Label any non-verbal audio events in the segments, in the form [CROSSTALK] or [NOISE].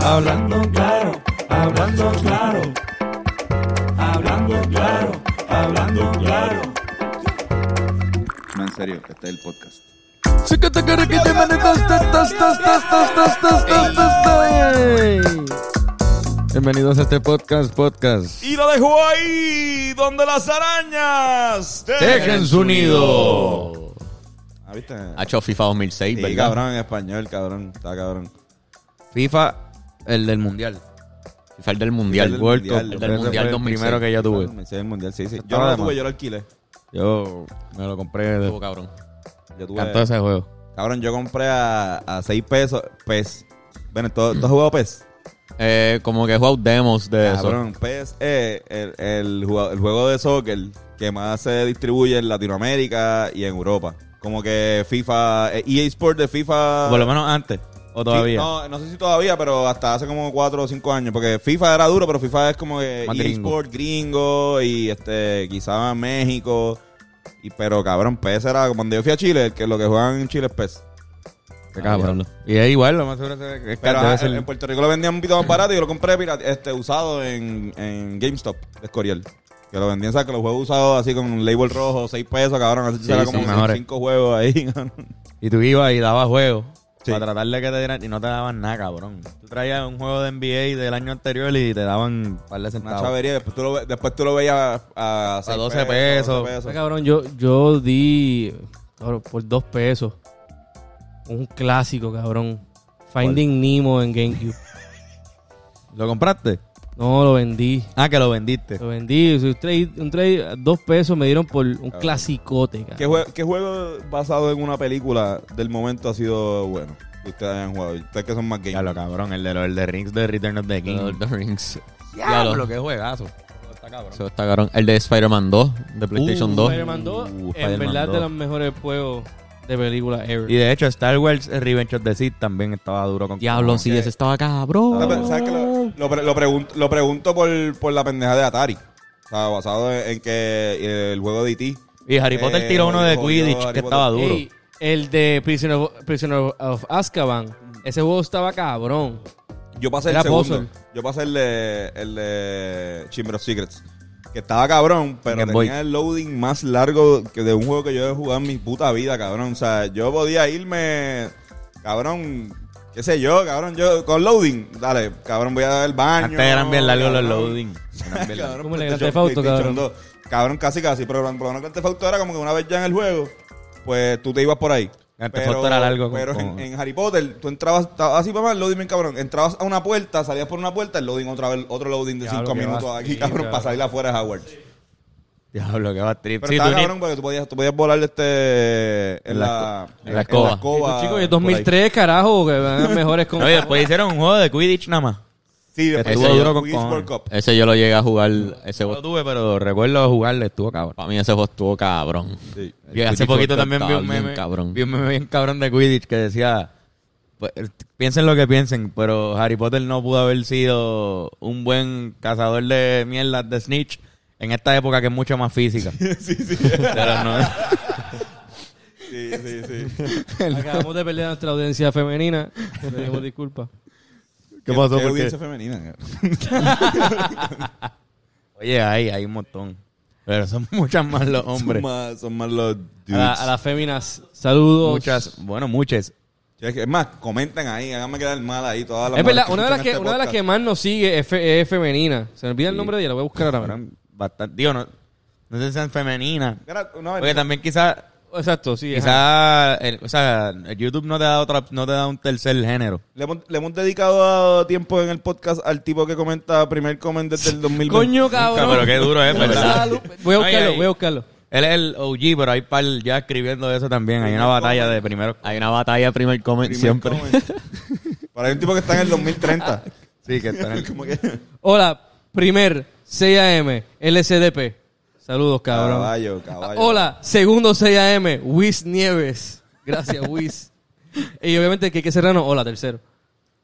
Hablando claro, hablando claro. Hablando claro, hablando claro. No, en serio, este es el podcast. Sí que te quiere que te mande tas, tas, tas, tas, tas, tas, tas, tas, tas, tas, tas. Bienvenidos a este podcast, podcast. Y la dejo ahí, donde las arañas Dejen su nido. Ah, ¿viste? Ha hecho FIFA 2006, Sí, ¿verdad? cabrón, en español, cabrón. Está cabrón. FIFA, el del Mundial. FIFA el del Mundial. El del World Mundial. Cup, Yo el creo que del Mundial fue el 2006. primero que yo tuve. Claro, el mundial, sí, sí. Yo Estaba no de lo tuve, más. yo lo alquilé. Yo me lo compré. Estuvo De... cabrón. Yo tuve. Cantó ese juego. Cabrón, yo compré a, a 6 pesos PES. Bueno, ¿tú, tú has jugado PES? Eh, como que he jugado demos de [CLEARS THROAT] eso. Cabrón, PES es el, el jugado- el juego de soccer que más se distribuye en Latinoamérica y en Europa. Como que FIFA, eh, EA Sport de FIFA... Por lo menos antes. O Sí, todavía. no, no sé si todavía, pero hasta hace como 4 o 5 años. Porque FIFA era duro, pero FIFA es como que Más EA gringo. Sport gringo y este, quizá México. Y, pero cabrón, PES era como cuando yo fui a Chile, el que lo que juegan en Chile es E PES. Qué cabrón. Y es igual, lo más seguro es que- es que Pero debe ah, ajá, eh, ser- en Puerto Rico lo vendían un poquito más barato y yo lo compré pirata- este, usado en, en GameStop de Escoriel. Que lo vendían, ¿sabes? Que los juegos usados así con un label rojo, 6 pesos, cabrón. Así Sí, te sale sí, como mejores. 5 juegos ahí. [LAUGHS] cabrón. Y tú ibas y dabas juegos Sí. para tratar de que te dieran y no te daban nada, cabrón. Tú traías un juego de NBA del año anterior y te daban un par de Una centavos. chavería. Después tú lo, ve- después tú lo veías a, seis 12 pesos. 12 Ah, cabrón, yo, yo di cabrón, por dos pesos un clásico, cabrón. Finding Nemo en GameCube. ¿Lo compraste? No, lo vendí. Ah, que lo vendiste. Lo vendí. O sea, Un trade, un trade a dos pesos me dieron por un clasicote, cabrón. ¿Qué, jue- qué juego basado en una película del momento ha sido bueno? Que ustedes hayan jugado. Ustedes que son más Ya gamers. lo cabrón, el de, los- el de Rings de Return of the King. El de Rings. Diablo, Diablo. qué juegazo. Está cabrón. Eso está cabrón. El de Spider-Man 2, de PlayStation Uh, 2. Spider-Man 2, Uh, en Spider-Man verdad 2. de los mejores juegos de película ever. Y de hecho, Star Wars eh, Revenge of the Sith también estaba duro con. Diablo, sí, ese estaba ¿Sabes- cabrón. ¿Sabes que lo, lo pre- lo pregunto, lo pregunto por, por la pendeja de Atari? O sea, basado en, en que eh, el juego de E E.T. Y Harry Potter Eh, tiró uno de jodió Quidditch Harry que Potter. estaba duro. Ey, el de Prisoner of, Prisoner of Azkaban. Ese juego estaba cabrón. Yo pasé el Era segundo. puzzle. Yo pasé el de, el de Chamber of Secrets. Que estaba cabrón, pero tenía Game Boy. el loading más largo que de un juego que yo he jugado en mi puta vida, cabrón. O sea, yo podía irme, cabrón, qué sé yo, cabrón, yo con loading. Dale, cabrón, voy a dar el baño. Antes eran bien largos los cabrón. loading. [LAUGHS] Eran bien largos. Cabrón, pues, Como el PlayStation- Grand Theft Auto, cabrón. PlayStation 2. Cabrón, casi casi, pero por lo menos Grand Theft Auto era como que una vez ya en el juego, pues tú te ibas por ahí. Grand Theft Auto era largo con- Pero en, con- en Harry Potter, tú entrabas, estabas así papá, el loading bien cabrón. Entrabas a una puerta, salías por una puerta, el loading otra vez, otro loading de Diablo, 5 qué minutos vas- aquí, sí, cabrón, cabrón. para salir afuera de Howard. Diablo, qué va trip. Pero Sí, estaba tú ni- cabrón porque tú podías, tú podías volar este, en En la, la en la escoba. pues, escoba, Chicos, es por ahí. 2003, carajo, que eran [LAUGHS] mejores con... No, y después hicieron un juego de Quidditch nada más. Sí, después Estuvo de- duro con Quidditch World cojones. Cup. Ese yo lo llegué a jugar. Ese Yo lo tuve, pero recuerdo jugarle, estuvo cabrón. Para mí ese juego estuvo cabrón. Sí. Y hace Quidditch poquito World Cup también vi estaba un bien meme. cabrón. Vi un meme bien cabrón de Quidditch que decía. pues, eh, Piensen lo que piensen, pero Harry Potter no pudo haber sido un buen cazador de mierdas de snitch en esta época que es mucho más física. [LAUGHS] Sí, sí. Pero no- Sí, sí, sí. Acabamos de perder a nuestra audiencia femenina. Pedimos disculpas. [LAUGHS] ¿Qué pasó? ¿Qué ¿Por qué? audiencia femenina? cabrón. Oye, hay, hay un montón. Pero son [LAUGHS] muchas más los hombres. Son más, son más A, la- los dudes. a las féminas, saludos. Muchas, bueno, muchas. Sí, Es que- es más, comenten ahí, háganme quedar mal ahí todas las Es verdad, mujeres una de, las escuchan que, este una de las que podcast. más nos sigue es, fe- es femenina. Se me olvida el nombre de ella, la voy a buscar ahora mismo. Fueron Bastante, digo, no, no sé si sean femeninas. Era una vez- Porque también quizás Exacto, sí. ajá. Quizá, el- o sea, el YouTube no te da otra, no te da un tercer género. le, hemos, le hemos dedicado tiempo en el podcast al tipo que comenta primer comment desde el 2020. Coño, cabrón. pero qué [LAUGHS] [LAUGHS] duro es, ¿verdad? Salud. Voy a Ay, buscarlo, ay. voy a buscarlo. Él es el OG, pero hay par ya escribiendo eso también. Hay una batalla de primeros. Hay una batalla primer comment Primer siempre. comment. Para un tipo que está en [LAUGHS] el 2030. Sí, que están Como que- Hola, primer 6AM, LSDP. Saludos, cabrón. Caballo, caballo. [LAUGHS] Hola, segundo 6AM, Wiz Nieves. Gracias, Wiz. y obviamente Quique Serrano, hola, tercero.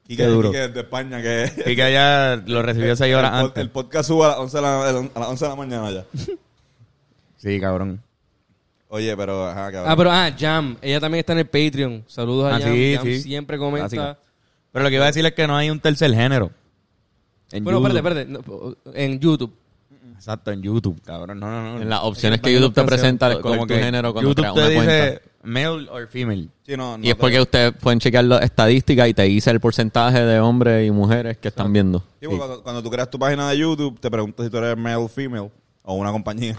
Quique, Qué duro. Quique de España, que Y que ya lo recibió seis horas el, pod- antes. el podcast sube a las 11 de la, a las 11 de la mañana ya. Sí, cabrón. Oye, pero, ajá, cabrón. Ah, pero, ah, Jam. Ella también está en el Patreon. Saludos a Ah, Jam. sí, Jam sí. siempre comenta. Básica. Pero lo que iba a decir es que no hay un tercer género. En Bueno, YouTube. espérate, espérate. No, en YouTube. Exacto, en YouTube, cabrón. No, no, no. En las opciones que YouTube te presenta, al escoger tu género cuando YouTube creas te una dice cuenta. male or female. Sí, no, no Y es te- porque ustedes pueden chequear las estadísticas y te dice el porcentaje de hombres y mujeres que están viendo. [LAUGHS] Sí, porque Cuando, cuando tú creas tu página de YouTube, te preguntas si tú eres male o female o una compañía.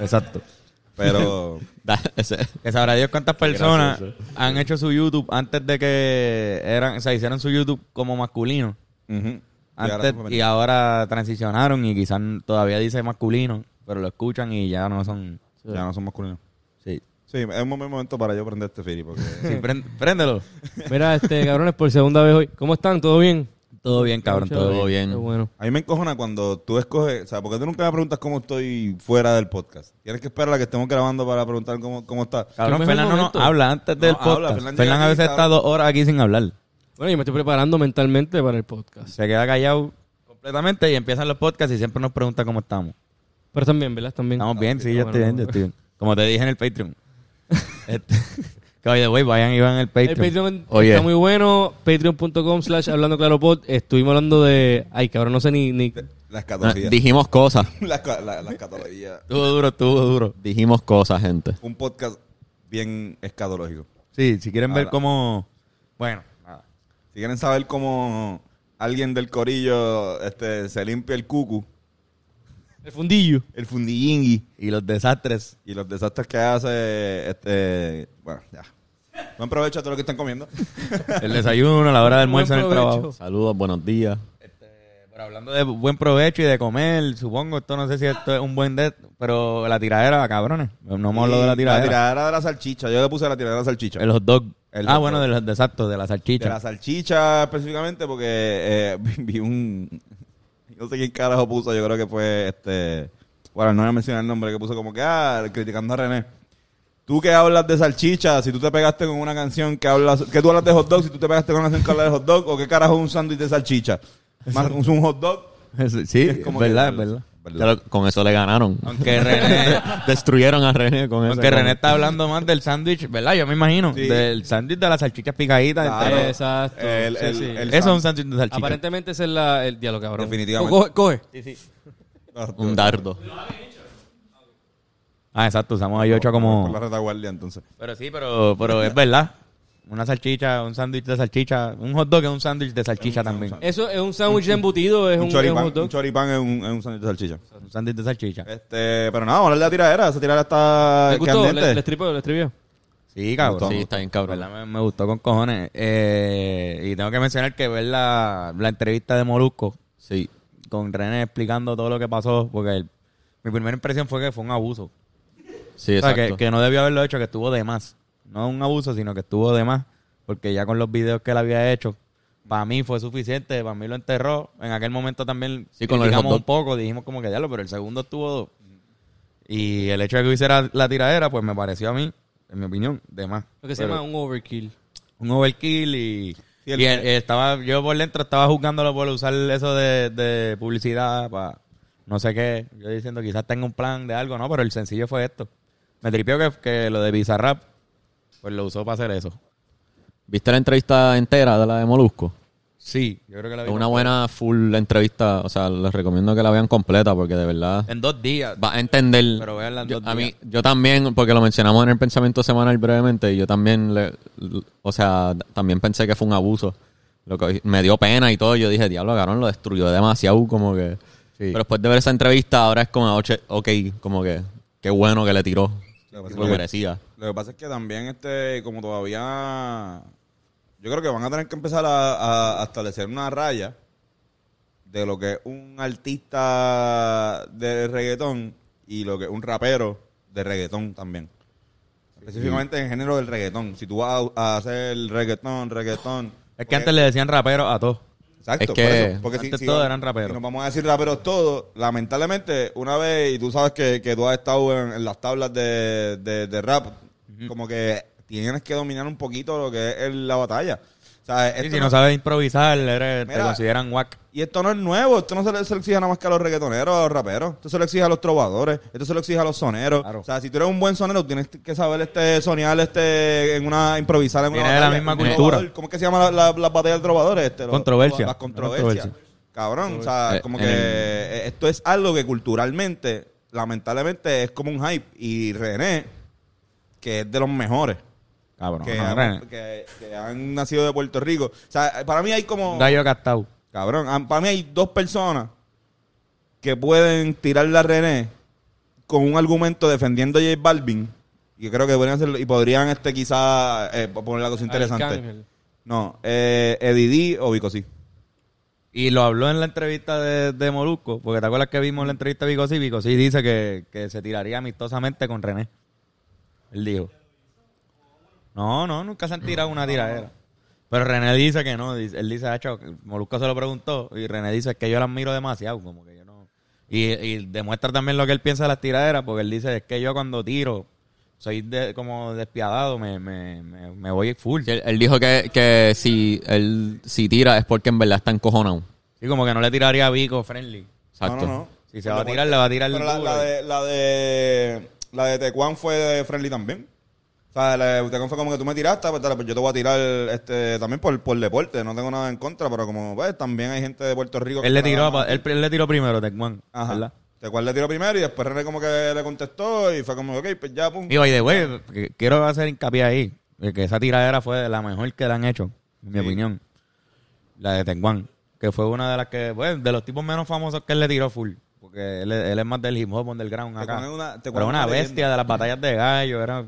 Exacto. [LAUGHS] Pero Da- ese- Que sabrá Dios cuántas personas han hecho su YouTube antes de que eran, o sea, hicieron su YouTube como masculino. ujú. Antes, y ahora transicionaron y quizás todavía dice masculino, pero lo escuchan y ya no son. ya no son masculinos. Sí. Sí, es un buen momento para yo aprender este Fili. Porque... Sí, prend- [LAUGHS] préndelo. [LAUGHS] Mira, este, cabrones, por segunda vez hoy. ¿Cómo están? ¿Todo bien? Todo bien, cabrón, todo Todo bien. bien. Qué bueno. A mí me encojona cuando tú escoges, o sea, porque tú nunca me preguntas cómo estoy fuera del podcast. Tienes que esperar a que estemos grabando para preguntar cómo, cómo está. Cabrón, mejor Fernán no nos momento. habla antes del No habla, podcast. Fernán Fernán, llega a aquí, veces está cabrón. dos horas aquí sin hablar. Bueno, yo me estoy preparando mentalmente para el podcast. Se queda callado completamente y empiezan los podcasts y siempre nos pregunta cómo estamos. Pero también, ¿verdad? También. Estamos bien, sí, yo Ah, bueno, estoy bien, yo bueno. estoy bien. Como te dije en el Patreon. [LAUGHS] Este, que by the way, vayan y van al Patreon. El Patreon Oye. está muy bueno. Patreon.com slash hablando claro pod. Estuvimos hablando de. Ay, cabrón, no sé ni. ni... La No, Ah, escatología. dijimos cosas. [LAUGHS] La, esca- la- la escatología. Estuvo duro, estuvo duro. Dijimos cosas, gente. Un podcast bien escatológico. Sí, si quieren ver Ahora. cómo... Bueno, nada. Si quieren saber cómo alguien del corillo este, se limpia el cucu, El fundillo. el fundillingui y los desastres. y los desastres que hace, este, bueno, ya. Buen provecho a todos los que están comiendo. El desayuno, la hora de almuerzo en [LAUGHS] el Buen provecho. trabajo. Saludos, buenos días. Pero hablando de buen provecho y de comer, supongo, esto no sé si esto es un buen de... Pero la tiradera, cabrones. No hemos hablado de la La tiradera. tiradera de la salchicha. Yo le puse la tiradera de la salchicha. El hot dog. El ah, hot bueno, dog. de los desastres, de la salchicha. De la salchicha específicamente porque eh, [LAUGHS] vi- vi un... No sé quién carajo puso, yo creo que fue este... Bueno, no voy a mencionar el nombre, que puso como que, ah, criticando a René. Tú que hablas de salchicha, si tú te pegaste con una canción que hablas... Que tú hablas de hot dog, si tú te pegaste con una canción que habla de hot dog, o qué carajo es un sándwich de salchicha. Más un un hot dog. [LAUGHS] Sí, sí, Es es como verdad, que- es verdad. ¿verdad? Pero con eso le ganaron. [LAUGHS] Aunque René, [LAUGHS] Destruyeron a René con eso. aunque René está hablando más del sándwich, ¿verdad? Yo me imagino. Sí. Del sándwich de las salchichas picaditas. Claro. entero. Exacto. El- Sí, el- sí. el este, Eso es sándwich. un sándwich de salchicha. Aparentemente ese es la- el diálogo, cabrón. Definitivamente. Coge, coge. Un dardo. Ah, exacto. Usamos ahí ocho como... Por la retaguardia, entonces. Pero sí, pero, pero es verdad. Una salchicha, un sándwich de salchicha. Un hot dog es un sándwich de salchicha también. Eso es un sándwich de embutido, es un, Un es un choripán, hot dog. un choripán es un, es un sándwich de salchicha. Un sándwich de salchicha. Este, pero nada, vamos a hablar de la tiradera. Esa tiradera está ¿Te gustó? Ah, candente. ¿Le, le estripió? ¿Le estripió? Sí, cabrón. Sí, está bien Verdad, cabrón. Me, me gustó con cojones. Eh, y tengo que mencionar que ver la, la entrevista de Molusco Sí. con René explicando todo lo que pasó, porque el- mi primera impresión fue que fue un abuso. Sí, O sea, exacto. que, que no debió haberlo hecho, que estuvo de más. No un abuso, sino que estuvo de más. Porque ya con los videos que él había hecho, para mí fue suficiente, para mí lo enterró. En aquel momento también Sí, con lo del criticamos hot dog. un poco, dijimos como que ya lo, pero el segundo estuvo. Y el hecho de que hiciera la tiradera, pues me pareció a mí, en mi opinión, de más. Lo que se Pero- llama un overkill. un overkill y, Sí, el- y él- estaba yo por dentro estaba juzgándolo por usar eso de, de publicidad para no sé qué yo diciendo quizás tenga un plan de algo no pero el sencillo fue esto me tripió que, que lo de Bizarrap pues lo usó para hacer eso ¿Viste la entrevista entera de la de Molusco? sí yo creo que la Es vi una buena full entrevista. O sea, les recomiendo que la vean completa porque de verdad en dos días vas a entender. Pero véanla en Yo- dos a mí, días. yo también, porque lo mencionamos en el pensamiento semanal brevemente, y yo también, le- l- o sea, d- también pensé que fue un abuso. Lo que, me dio pena y todo. Yo dije, diablo, cabrón, lo destruyó demasiado. Como que. Pero después de ver esa entrevista, ahora es como, "Oche, ok, como que, qué bueno que le tiró. Lo que pasa Lo es que- merecía. Lo que pasa es que también, este, como todavía. Yo creo que van a tener que empezar a, a- a establecer una raya de lo que es un artista de reggaetón y lo que es un rapero de reggaetón también. Específicamente en el género del reggaetón. Si tú vas a, a hacer reggaetón, reggaetón. es que antes le decían rapero a todos Exacto, Es por que eso. Porque antes todos eran raperos. si nos vamos a decir raperos todos, lamentablemente, una vez, y tú sabes que, que tú has estado en, en las tablas de, de- de rap, como que tienes que dominar un poquito lo que es el- la batalla. O sea, Sí, esto si no- no sabes improvisar, eres- te Mira. consideran guac. y esto no es nuevo, esto no se le, se le exige nada más que a los reggaetoneros, a los raperos, esto se le exige a los trovadores, esto se le exige a los soneros. Claro. O sea, si tú eres un buen sonero, tienes que saber este sonear este en una improvisar en una Viene de la batalla. misma Un cultura. trovador, ¿Cómo es que se llama la, la- las batallas de trovadores? Este, los- Controversia. Las controversias. Controversia. Cabrón, o sea, Eh, como en que eh, esto es algo que culturalmente, lamentablemente, es como un hype. Y René, que es de los mejores Cabrón. que, Ah, no, han, René. que- que han nacido de Puerto Rico. O sea, para mí hay como... Gallo Castau. Cabrón, a- para mí hay dos personas que pueden tirarle a René con un argumento defendiendo a J Balvin. Y creo que podrían hacerlo- y podrían este quizá eh, poner la cosa interesante. Arcángel. No, eh, Eddie D o Vico sí. Y lo habló en la entrevista de, de Molusco, porque te acuerdas que vimos la entrevista de Vicosí. Vicosí dice que, que se tiraría amistosamente con René. Él dijo. No, no, nunca se han tirado una tiradera. Pero René dice que no. dice- Él dice, "Acho, Molusco se lo preguntó y René dice "Es que yo la admiro demasiado, como que yo no. Y, y demuestra también lo que él piensa de las tiraderas, porque él dice, es que yo cuando tiro soy de- como despiadado, me, me, me, me voy full. Sí, Él, él dijo que, que si él si tira es porque en verdad está encojonado. Sí, como que no le tiraría a Vico Friendly. No, Exacto. no, no. Si se va a tirar, la va a tirar Pero la, duro. la de, la de la de Tecuan fue de Friendly también. O sea, la de Tecuan fue como que tú me tiraste, pues, dale, pues yo te voy a tirar este también por, por deporte, no tengo nada en contra, pero como ves, también hay gente de Puerto Rico que Él le está- tiró, a- él, él le tiró primero, Tecman. Ajá. ¿Verdad? Tecuan le tiró primero y después René como que le contestó y fue como, ok, pues ya, pum. Y by the way, que- quiero hacer hincapié ahí. de Que esa tiradera fue de la mejor que le han hecho, en mi opinión. La de Tecman. Que fue una de las que, bueno, de los tipos menos famosos que él le tiró full. Porque él, es- él es más del hip hop underground acá. Tecman es una- Tecman Pero es una una bestia leyenda. de las batallas de gallo. Era...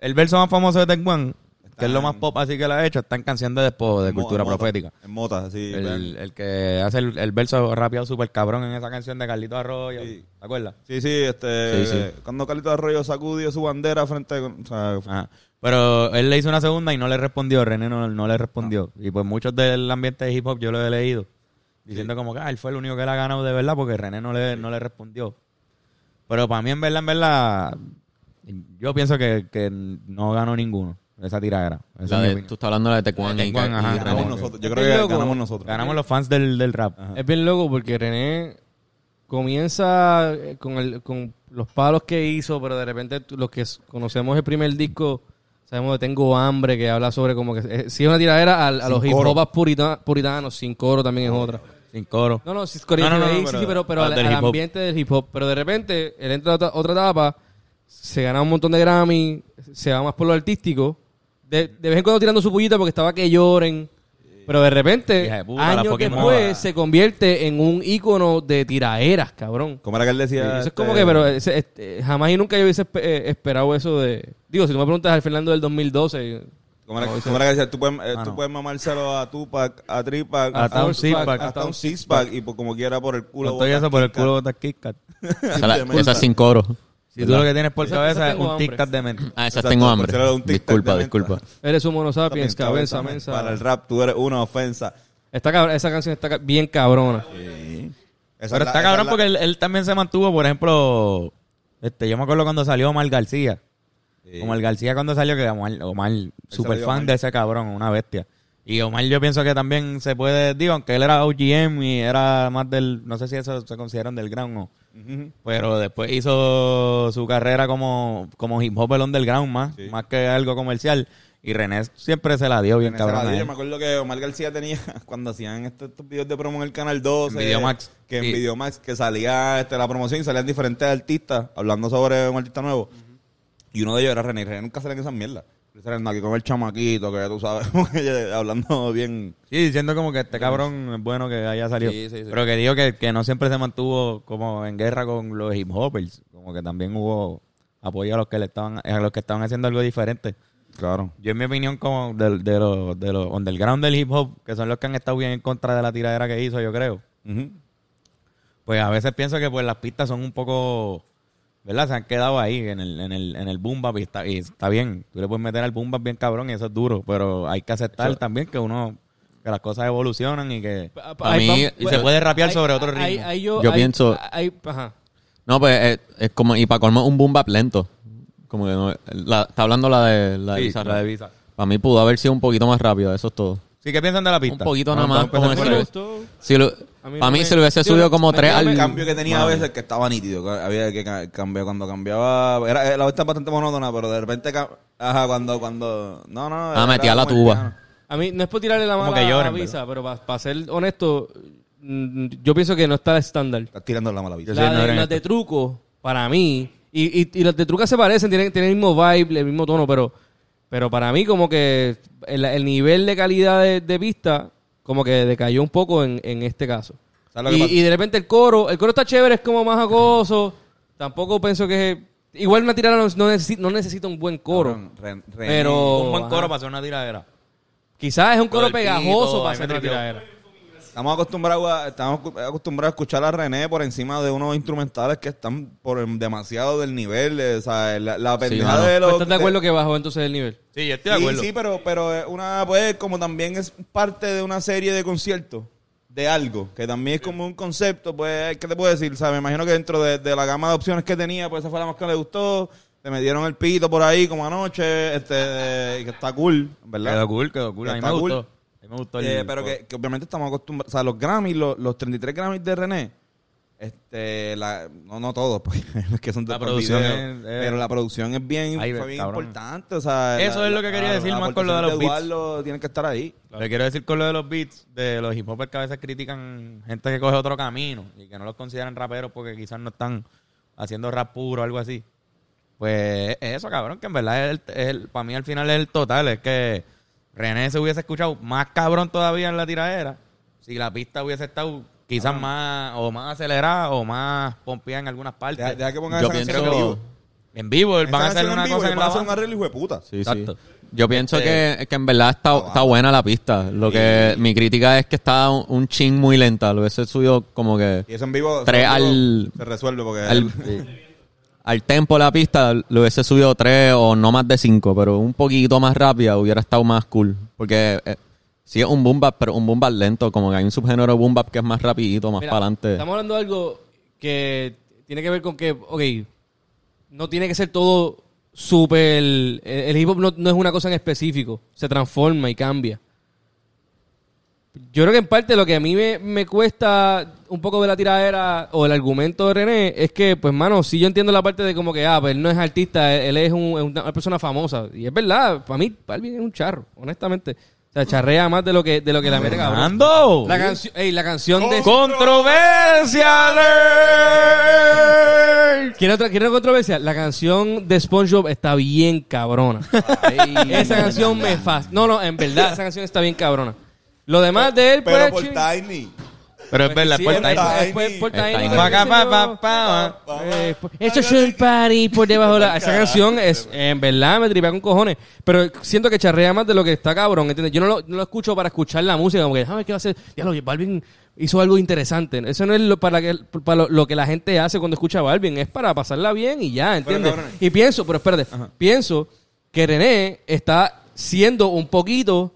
El verso más famoso de Tecman, que es lo más pop así que la ha hecho, está en Canción de Despojo, de En mo- Cultura en mota, pues. Profética. En motas, así. El, vean. el que hace el, el verso rapeado super cabrón en esa canción de Carlito Arroyo. Sí. ¿Te acuerdas? Sí, sí, este. Sí, sí. Cuando Carlito Arroyo sacudió su bandera frente. a- O sea, Ajá. Pero él le hizo una segunda y no le respondió. René no, no le respondió. Y pues muchos del ambiente de hip hop yo lo he leído. Diciendo como que ah, él fue el único que la ha ganado de verdad porque René no le, no le respondió. Pero para mí en verdad, en verdad, yo pienso que, que no ganó ninguno. Esa tiradera. Esa La es mi de- opinión. tú estás hablando de la de Tecuán. De y Tecuán, que- ajá. y Ganamos René. ganamos nosotros. Yo Es creo bien que loco. ganamos nosotros. Ganamos los fans del, del rap. Ah. Eh, Es bien loco porque René comienza eh, con, el, con los palos que hizo, pero de repente tú- los que s- conocemos el primer disco, sabemos de Tengo Hambre, que habla sobre como que... eh, sí es una tiradera al- a, los hip coro. hop purita- puritanos, sin coro también es otra. Sin coro. No, no, sí, No, no, no, sí, no, sí, pero- sí, pero, pero ah, al, del al hip hop. ambiente del hip hop. Pero de repente, él entra a otra, otra etapa, se gana un montón de Grammy, se va más por lo artístico. De, de vez en cuando tirando su pullita porque estaba que lloren. Pero de repente, Hija de puta, la años fucking después, moda. se convierte en un ícono de tiraeras, cabrón. Como era que él decía. Eso es este, como que, pero eh, ese- este, jamás y nunca yo hubiese espe- eh, esperado eso de... Digo, si tú me preguntas al Fernando del 2012... Como era, como era que decía, tú puedes, eh, Ah, tú no. puedes mamárselo a Tupac, a Tripac, Hasta un six-pack. hasta un six-pack y por, como quiera por el culo. Con todo eso por el culo de Kit Kat. O sea, la- Esa es sin coro. Si tú lo que tienes por Esa- cabeza esa es tengo un hambre. Tic Tac de mente. Ah, esas Exacto, tengo hambre. parcela de un tic-tac Disculpa, de menta. disculpa. Eres un mono sapiens, También, cabeza, también. mensa. Para el rap, tú eres una ofensa. Está cabr- esa canción está ca- bien cabrona. Esa Pero es la- está esa cabrón es la- porque él, él también se mantuvo, por ejemplo, este, yo me acuerdo cuando salió Omar García. Omar García cuando salió, que Omar, Omar super salió fan Omar. de ese cabrón, una bestia. Y Omar yo pienso que también se puede, digo, aunque él era OGM y era más del, no sé si eso se consideran del ground o no. Ujú. Pero después hizo su carrera como, como hip hop el underground más, Sí. más que algo comercial. Y René siempre se la dio bien En esa cabrón. a radio, él. Yo me acuerdo que Omar García tenía, [LAUGHS] cuando hacían estos, estos videos de promo en el Canal 12. En Videomax. Que en Sí. Videomax, que salía este, la promoción y salían diferentes artistas hablando sobre un artista nuevo. Y uno de ellos era René. Y René nunca salía en esas mierdas. René salía aquí con el chamaquito, que tú sabes, [LAUGHS] hablando bien. Sí, diciendo como que este cabrón es bueno que haya salido. Sí, sí, sí. Pero que digo que, que no siempre se mantuvo como en guerra con los hip hoppers. Como que también hubo apoyo a los que le estaban, a los que estaban haciendo algo diferente. Claro. Yo en mi opinión como de, de los de los underground del hip hop, que son los que han estado bien en contra de la tiradera que hizo, yo creo. Pues a veces pienso que pues las pistas son un poco, ¿verdad? Se han quedado ahí en el, en el, en el boom bap y está, y está bien. Tú le puedes meter al boom bap bien cabrón y eso es duro, pero hay que aceptar también que uno, que las cosas evolucionan y que... Pa- pa- Para ahí mí- pa- Y se puede rapear sobre otro ritmo. Ahí- ahí yo, Yo ahí- pienso- ahí- ajá. eh, No, pues es, es como, y para colmo un boom bap lento. Como que no. la- está hablando la de, la de Sí, Bizarrap. la de Visa. Para mí pudo haber sido un poquito más rápido, eso es todo. Sí, ¿qué piensan de la pista? Un poquito nada más. Ah, Vamos a Como empezar que por si lo- ahí. si lo- A mí para no mí me- se lo hubiese yo- subido como me- tres yo me- al... El cambio que tenía a veces que estaba nítido. que Había que ca- cambiar cuando cambiaba. Era, eh, la vuelta bastante monótona, pero de repente. ca- Ajá, cuando. cuando no, no. Ah, era metía la como tuba. el piano. A mí no es por tirarle la Como mano que a lloren, Visa, pero para ser honesto, mm, yo pienso que no está estándar. Estás tirando la mala vida. La no de- eran las de truco, para mí, y, y, y las de truco se parecen, tienen, tienen el mismo vibe, el mismo tono, pero, pero para mí como que el, el nivel de calidad de, de pista como que decayó un poco en, en este caso. ¿Sabes lo que Y, pasa? y de repente el coro, el coro está chévere, es como más acoso, tampoco pienso que... Igual una tirada no, no necesi- no necesita un buen coro. Cabrón, re- re- Pero- Un buen coro Ajá. para hacer una tiradera. Quizás es un coro del pito, pegajoso ahí para me hacer una tripió. tiradera. Estamos acostumbrados a, estamos acu- acostumbrados a escuchar a René por encima de unos instrumentales que están por en- demasiado del nivel. eh, o sea, la, la pendeja mano. de ¿Pero los. Pues, ¿Estás de acuerdo que bajó entonces el nivel? Sí, yo estoy de Sí, acuerdo. sí, pero, pero eh, una, pues, como también es parte de una serie de conciertos, de algo, que también es como un concepto, pues, ¿qué te puedo decir? O sea, me imagino que dentro de, de la gama de opciones que tenía, pues esa fue la más que le gustó, te metieron el pito por ahí como anoche, este, de- que está cool, Quedó ¿verdad? cool, quedó cool. A mí Está me cool. gustó. A mí me gustó el- Eh, pero que, que obviamente estamos acostumbrados, o sea, los Grammys, los, los 33 Grammys de René, este, la, no, no todos, [LAUGHS] porque es que son de La por producción video, es- es- pero la producción es bien, Ahí, fue bien cabrón. importante, o sea, Eso la- es lo que quería la- decir la más con lo de los aportación beats. Eduardo tiene que estar ahí. Le quiero decir con lo de los beats, de los hip hopers que a veces critican gente que coge otro camino y que no los consideran raperos porque quizás no están haciendo rap puro o algo así. Pues es eso, cabrón, que en verdad es el, es el- para mí al final es el total. Es que René se hubiese escuchado más cabrón todavía en la tiradera si la pista hubiese estado quizás más o más acelerada o más pompeada en algunas partes. Deja, deja que pongan Yo esa canción pienso- en vivo. En vivo, Esa van a canción hacer en una vivo, cosa ellos en van la a hacer un banda. arreglo hijo de puta. Sí, Exacto. sí. Yo pienso que, que en verdad está, abajo. está buena la pista. Lo que mi crítica es que está un, un chin muy lenta. Lo hubiese subido como que Y eso en vivo, Tres eso en vivo al- se resuelve porque al, eh, al tempo de la pista lo hubiese subido tres o no más de cinco, pero un poquito más rápida hubiera estado más cool. Porque eh, sí es un boom bap, pero un boom bap lento. Como que hay un subgénero de boom bap que es más rapidito, más Mira, para adelante. Estamos hablando de algo que tiene que ver con que, ok, no tiene que ser todo súper. El, el hip hop no, no es una cosa en específico, se transforma y cambia. Yo creo que en parte lo que a mí me, me cuesta un poco de la tiradera o el argumento de René es que, pues, mano, si yo entiendo la parte de como que, ah, pues él no es artista, él, él es un- es una persona famosa. Y es verdad, para mí, Balvin es un charro, honestamente. O sea, charrea más de lo que, de lo que la mete cabrón. ¡Ando! La, canción ey, la canción de... ¡Controversia! alert! Quiero otra, quiero controversia. La canción de SpongeBob está bien [LAUGHS] cabrona. esa canción me fascina. No, no, en verdad, esa canción está bien cabrona. Lo demás de él, pero pues. por ching- Tiny. Pero es verdad, sí, es por es timing. verdad, Tiny. es por- es por Es Tiny, Tiny. qué Pa, sé pa, yo. pa, pa, pa. Eh, pues, Esto es un party por debajo de la. Esa canción es, en verdad, me tripea con cojones. Pero siento que charrea más de lo que está cabrón, ¿entiendes? Yo no lo, no lo escucho para escuchar la música, como que, déjame ver qué va a hacer. Ya lo Balvin hizo algo interesante. Eso no es lo, para, que, para lo, lo que la gente hace cuando escucha a Balvin, es para pasarla bien y ya, ¿entiendes? cabrones. y pienso, pero espérate, pienso que René está siendo un poquito.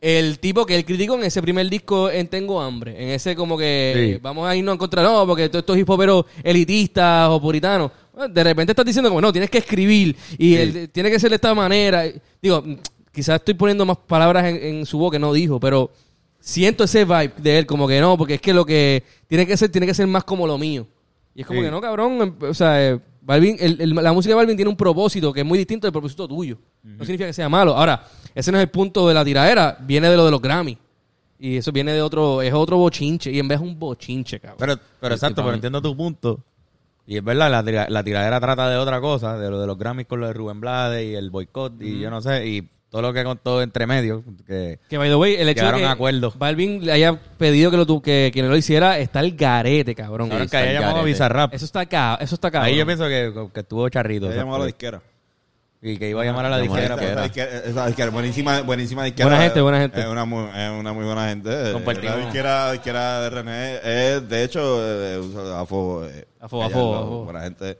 El tipo que él criticó en ese primer disco en Tengo Hambre, en ese como que Sí. eh, vamos a irnos en contra, no, porque todos estos hip hoperos elitistas o puritanos. Bueno, De repente estás diciendo como, no, tienes que escribir y el- tiene que ser de esta manera. Digo, mm, quizás estoy poniendo más palabras en, en su voz que no dijo, pero siento ese vibe de él como que no, porque es que lo que tiene que ser, tiene que ser más como lo mío. Y es como Sí. que no, cabrón, em- o sea, eh, Balvin, el- el- la música de Balvin tiene un propósito que es muy distinto del propósito tuyo. No significa que sea malo. Ahora, ese no es el punto de la tiradera, viene de lo de los Grammy. Y eso viene de otro, es otro bochinche. Y en vez es un bochinche, cabrón. Pero, pero exacto, pero entiendo tu punto. Y es verdad, la, tira- la tiradera trata de otra cosa, de lo de los Grammys con lo de Rubén Blades y el boicot y yo no sé, y todo lo que contó entre medio. Que, Que by the way, el hecho de Llegaron que a acuerdo. Balvin le haya pedido que, lo tu- que, que no lo hiciera está el garete, cabrón. cabrón, Sí, que haya está llamado a garete. Bizarrap. Eso está acá, eso está acá. Ahí yo pienso que, que estuvo charrito. Le exacto. llamó a la disquera. y que iba a llamar a la Llamó a la disquera. Esa- esa pues. disquera, esa disquera, buenísima, buenísima disquera. Buena gente, buena gente. Es una muy, es una muy buena gente. Compartimos. La disquera, disquera de René es, de hecho, eh, afo. eh, Afo, ella, afo, la- afo. Buena gente.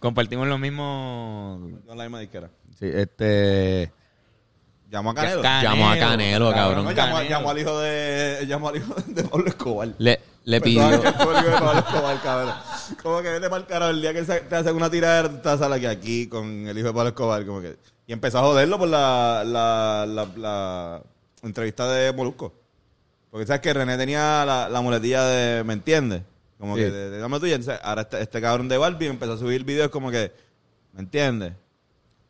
Compartimos los mismos. No es la misma disquera. Sí, este. Llamó a Canelo. Llamó a Canelo, No, cabrón. llamó, llamó al hijo de, llamó al hijo de Pablo Escobar. Le- le pidió. Perdón, que estuve libre de Pablo Escobar, cabrón. Como que vete para el carajo el día que se- te hacen una tirada te sala que aquí con el hijo de Pablo Escobar. Como que... Y empezó a joderlo por la, la, la, la entrevista de Molusco. Porque sabes que René tenía la, la muletilla de, ¿me entiendes? Como que, Sí. de, de- dame tuya. Entonces, ahora este, este cabrón de Barbie empezó a subir videos como que, ¿me entiendes?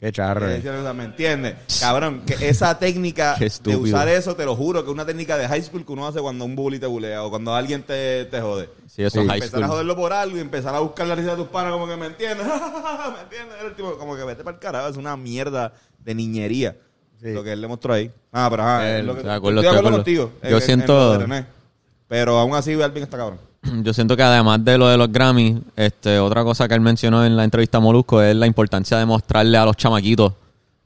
Qué charro. Eh, o sea, ¿Me entiendes? Cabrón, que esa técnica Qué de estúpido. usar eso, te lo juro, que es una técnica de high school que uno hace cuando un bully te bulea o cuando alguien te, te jode. Sí, eso es high empezar a school. joderlo por algo y empezar a buscar la risa de tus panas como que me entiendes. [LAUGHS] ¿Me entiendes? Era el tipo como que vete para el carajo, es una mierda de niñería. Lo que él le mostró ahí. Ah, pero ajá, Eh, es lo que- de acuerdo, estoy de acuerdo estoy de acuerdo. contigo. Yo siento- lo de René. pero aún así, Alvin está cabrón. Yo siento que además de lo de los Grammys, este, otra cosa que él mencionó en la entrevista a Molusco es la importancia de mostrarle a los chamaquitos,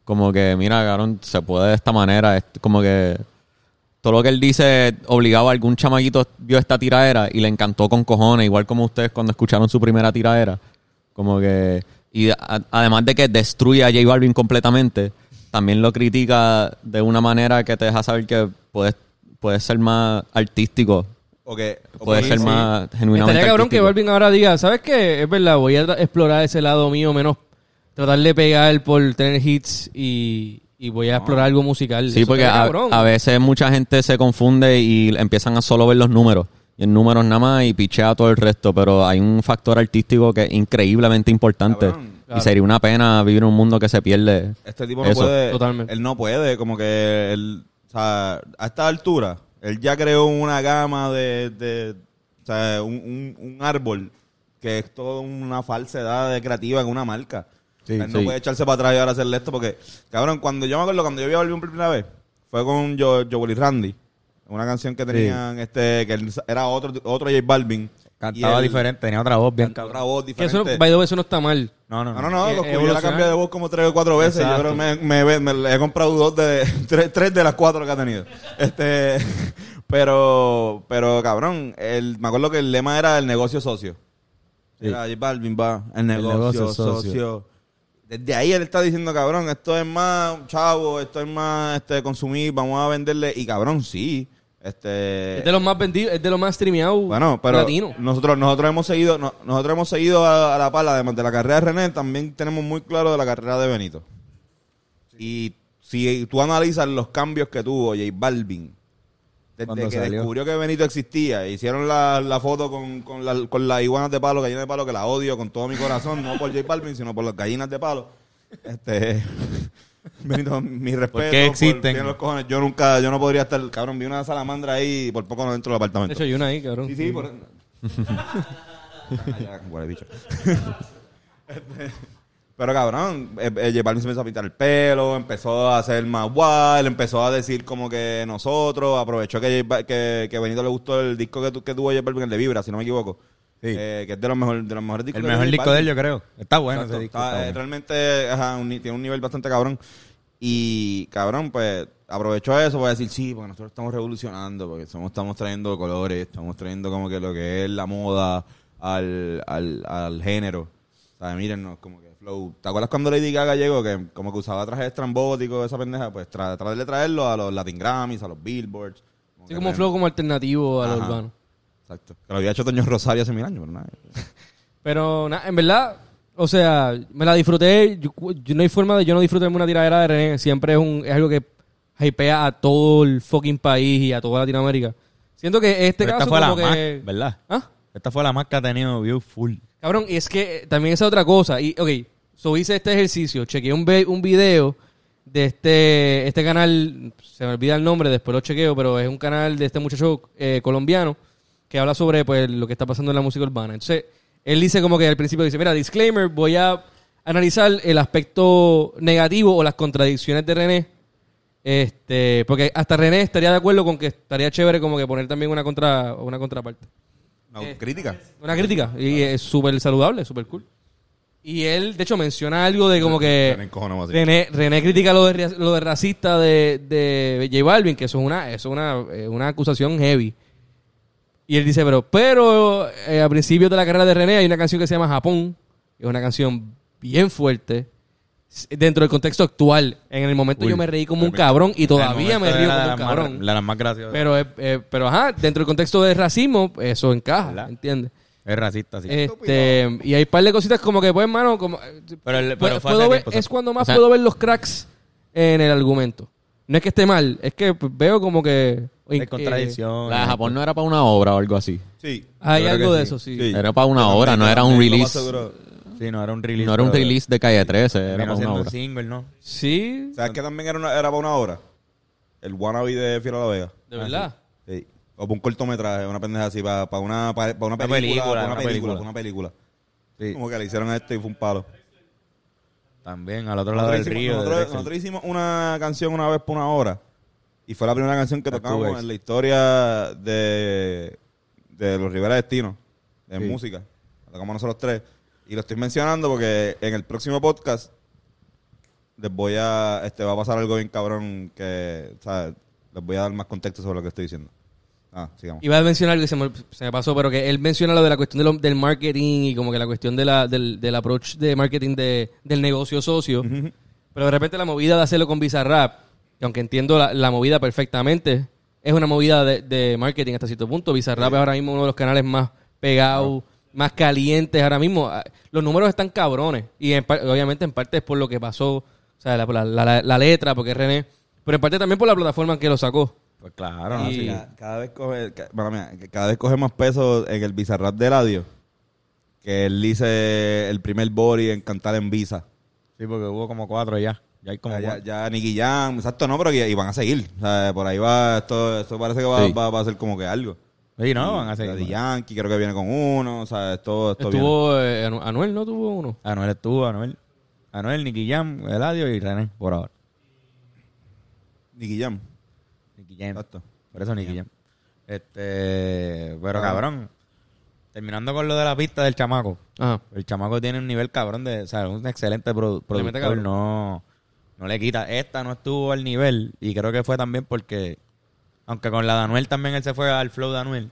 como que, mira, cabrón, se puede de esta manera, es como que todo lo que él dice obligaba a algún chamaquito vio esta tiradera y le encantó con cojones, igual como ustedes cuando escucharon su primera tiradera. Como que. Y a- además de que destruye a J Balvin completamente, también lo critica de una manera que te deja saber que puedes, puedes ser más artístico, O que, o puedes que- ser más genuinamente Estaría cabrón que artístico. Balvin ahora diga, ¿sabes qué? Es verdad, voy a tra- explorar ese lado mío menos tratar de pegar por tener hits y, y voy a explorar algo musical. Sí, Eso porque estaría a, cabrón. a veces mucha gente se confunde y empiezan a solo ver los números. Y en números nada más y pichea todo el resto. Pero hay un factor artístico que es increíblemente importante. Cabrón, claro. Y sería una pena vivir en un mundo que se pierde. Este tipo no Eso, puede. totalmente. Él no puede, como que él, o sea, a esta altura, él ya creó una gama de, de- o sea, un, un- un árbol que es toda una falsedad de creativa en una marca. Sí, él no sí. puede echarse para atrás y ahora hacerle esto porque, cabrón, cuando yo me acuerdo, cuando yo vi a Balvin por primera vez, fue con yo, Joel y Randy. Una canción que tenían, este, que él era otro, otro J Balvin. Cantaba Y él- diferente, tenía otra voz bien cabrón. Otra voz Que eso, diferente. by the way, eso no está mal. No, no, No, no, no. no, Eh, los cubos yo la evolucionar. cambié de voz como tres o cuatro veces. Yo creo que me, me- me- me he comprado dos de [LAUGHS] tres, tres de las cuatro que ha tenido. Este, [LAUGHS] pero, pero cabrón, el, me acuerdo que el lema era el negocio socio. Era J Balvin va, el negocio, negocio socio. socio. Desde ahí él está diciendo, cabrón, esto es más chavo, esto es más este consumir, vamos a venderle. Y cabrón, sí. Este, Es de los más vendidos, es de los más streameados bueno, pero latinos. nosotros nosotros hemos seguido no- nosotros hemos seguido a, a la pala además de la carrera de René, también tenemos muy claro de la carrera de Benito. Y si tú analizas los cambios que tuvo J Balvin desde Cuando que salió. descubrió que Benito existía, e hicieron la, la foto con, con, la- con las iguanas de palo, gallinas de palo, que la odio con todo mi corazón, no por J Balvin, sino por las gallinas de palo. Este, [LAUGHS] Benito, mi respeto. qué existen? tiene los cojones. Yo nunca, yo no podría estar, cabrón, vi una salamandra ahí y por poco no entro del De apartamento. hecho, hay una ahí, cabrón. Sí, sí, por [LAUGHS] Ya, huele bicho. Este, Pero cabrón, eh, eh, J Balvin se empezó a pintar el pelo, empezó a hacer más guay, empezó a decir como que nosotros, aprovechó que, J Bal- que, que Benito le gustó el disco que, tu- que tuvo J Balvin, el de Vibra, si no me equivoco. Sí. Eh, que es de los, mejor, de los mejores discos. El de mejor J disco de él, Balvin. yo creo. Está bueno Exacto. ese Ah, disco. Está, está eh, bueno. Realmente ajá, un ni- tiene un nivel bastante cabrón. Y cabrón, pues aprovechó eso para decir, sí, porque nosotros estamos revolucionando, porque somos, estamos trayendo colores, estamos trayendo como que lo que es la moda al, al, al género. O sea, mírennos, como que flow. ¿Te acuerdas cuando Lady Gaga llegó? Que como que usaba trajes estrambóticos, esa pendeja, pues tra- tratar de traerlo a los Latin Grammys, a los Billboards. Sí, que como un traen- flow como alternativo a lo Ajá. urbano. Exacto. Que lo había hecho Toño Rosario hace mil años, pero nada. Eh. Pero nada, en verdad, o sea, me la disfruté. Yo, yo- no hay forma de yo no disfrutarme una tiradera de René. Siempre es, un, es algo que hypea a todo el fucking país y a toda Latinoamérica. Siento que este Pero esta caso fue la como más, que... ¿verdad? ¿Ah? Esta fue la más que ha tenido View Full. Cabrón, y es que eh, también esa es otra cosa. Y, ok, so hice este ejercicio. Chequeé un, ve- un video de este, este canal, se me olvida el nombre, después lo chequeo, pero es un canal de este muchacho eh, colombiano que habla sobre pues, lo que está pasando en la música urbana. Entonces, él dice como que al principio dice, mira, disclaimer, voy a analizar el aspecto negativo o las contradicciones de René. Este, porque hasta René estaría de acuerdo con que estaría chévere como que poner también una contra una contraparte. No, crítica. Una crítica. Y es súper saludable, súper cool. Y él, de hecho, menciona algo de como que. René encojonado así. René, René critica lo de, ria- lo de racista de, de J Balvin, que eso es una, eso es una, eh, una acusación heavy. Y él dice, pero, pero eh, a principios de la carrera de René hay una canción que se llama Japón. que Es una canción bien fuerte. dentro del contexto actual. En el momento Uy. yo me reí como un cabrón y todavía El momento me río era como la un más- cabrón. La, la más graciosa. Pero, eh, eh, pero ajá, dentro del contexto del racismo, eso encaja, ¿Verdad? ¿entiendes? es racista, sí. Este, y hay un par de cositas como que, pues, hermano, como, eh, Pero el- pu- pero fue puedo hace ver- tiempo, es ¿sabes? cuando más O sea- puedo ver los cracks en el argumento. No es que esté mal, es que pues, veo como que... Hay eh, contradicciones. La de Japón no era para una obra o algo así. Sí. Hay Yo creo algo que de eso, sí. Era para una Yo obra, también, no yo era también un lo más release. seguro. Sí, no era un release. No era un pero- release de calle 13, era Terminó para una siendo un obra. single, ¿no? eh, Sí, ¿Sabes qué también era, una- era para una obra? El wannabe de Fiel a la Vega. de verdad. Sí. O para un cortometraje, una pendeja así, para, para una, para, para una Una película. película, para una, una película, película. para una película. Sí. Como que le hicieron esto y fue un palo. También al otro lado Nosotros del este. hicimos, río. de nosotros- Texas. nosotros hicimos una canción una vez por una hora. Y fue la primera canción que Las tocamos covers. en la historia de, de los Rivera Destino, en Sí. música. La tocamos nosotros tres. Y lo estoy mencionando porque en el próximo podcast les voy a. Este, va a pasar algo bien cabrón que. ¿sabes? Les voy a dar más contexto sobre lo que estoy diciendo. Ah, sigamos. Iba a mencionar algo que se me, se me pasó, pero que él menciona lo de la cuestión de lo- del marketing y como que la cuestión de la, del, del approach de marketing de, del negocio socio. Pero de repente la movida de hacerlo con Bizarrap, que aunque entiendo la, la movida perfectamente, es una movida de, de marketing hasta cierto punto. Bizarrap es ahora mismo uno de los canales más pegados, más calientes ahora mismo. Ah, Los números están cabrones. Y en par- obviamente en parte es por lo que pasó, o sea, la, la- la- la letra, porque es René. Pero en parte también por la plataforma en que lo sacó. Pues claro, Y- no, sí. Cada, cada vez coge, ca- bueno, mira, que cada vez coge más peso en el bizarrap de radio que él dice el primer body en cantar en visa. Sí, porque hubo como cuatro ya. Ya hay como Ah, ya, cuatro. ya Nicky Jam, exacto, no, pero que- y van a seguir. O sea, por ahí va, esto, esto parece que va, Sí. va- va a ser como que algo. Sí, no, van a Daddy seguir. Yankee creo que viene con uno, o sea, esto, esto viene. Estuvo eh, Anu- Anuel, ¿no? Tuvo uno. Anuel estuvo, Anuel. Anuel, Nicky Jam, Eladio y René, por ahora. Nicky Jam. Nicky Jam. Exacto. Por eso Nicky Jam. Este, pero Ah. cabrón, terminando con lo de la pista del chamaco. Ajá. El chamaco tiene un nivel cabrón de, o sea, un excelente produ- Le mete productor, cabrón. no no le quita. Esta no estuvo al nivel y creo que fue también porque aunque con la de Anuel también él se fue al flow de Anuel.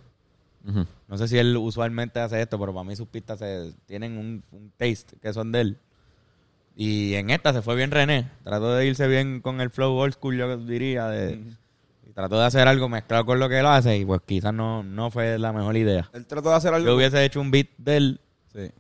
Ujú. No sé si él usualmente hace esto, pero para mí sus pistas se- tienen un, un taste que son de él. Y en esta se fue bien René. Trató de irse bien con el flow old school, yo diría. De, y trató de hacer algo mezclado con lo que él hace y pues quizás no, no fue la mejor idea. Él trató de hacer algo. Yo hubiese hecho un beat de él Sí.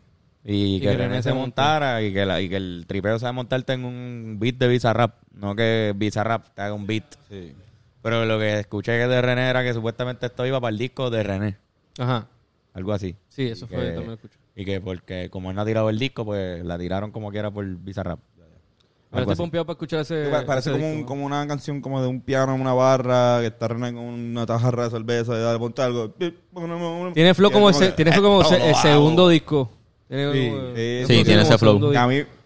y, que, René se montó. montara y que, la- y que el tripeo sabe montarte en un beat de Bizarrap. No que Bizarrap te haga un beat. Sí. Pero lo que escuché que de René era que supuestamente esto iba para el disco de René. Ajá. Algo así. Sí, eso Y fue, también lo escuché. Y que porque como él no ha tirado el disco, pues la tiraron como quiera por Bizarrap. Pero estoy Algo así. pompeado para escuchar ese. Sí, pa- parece ese como, un- disco, ¿no? como una canción como de un piano, una barra, que está René con una tajarra de cerveza, y dale, ponte algo. Tiene flow Y como, él ese- que, tiene flow eh, como no, se- no, el ah, segundo disco. Tiene Sí, como- sí, como tiene ese flow. segundo A disco. mí,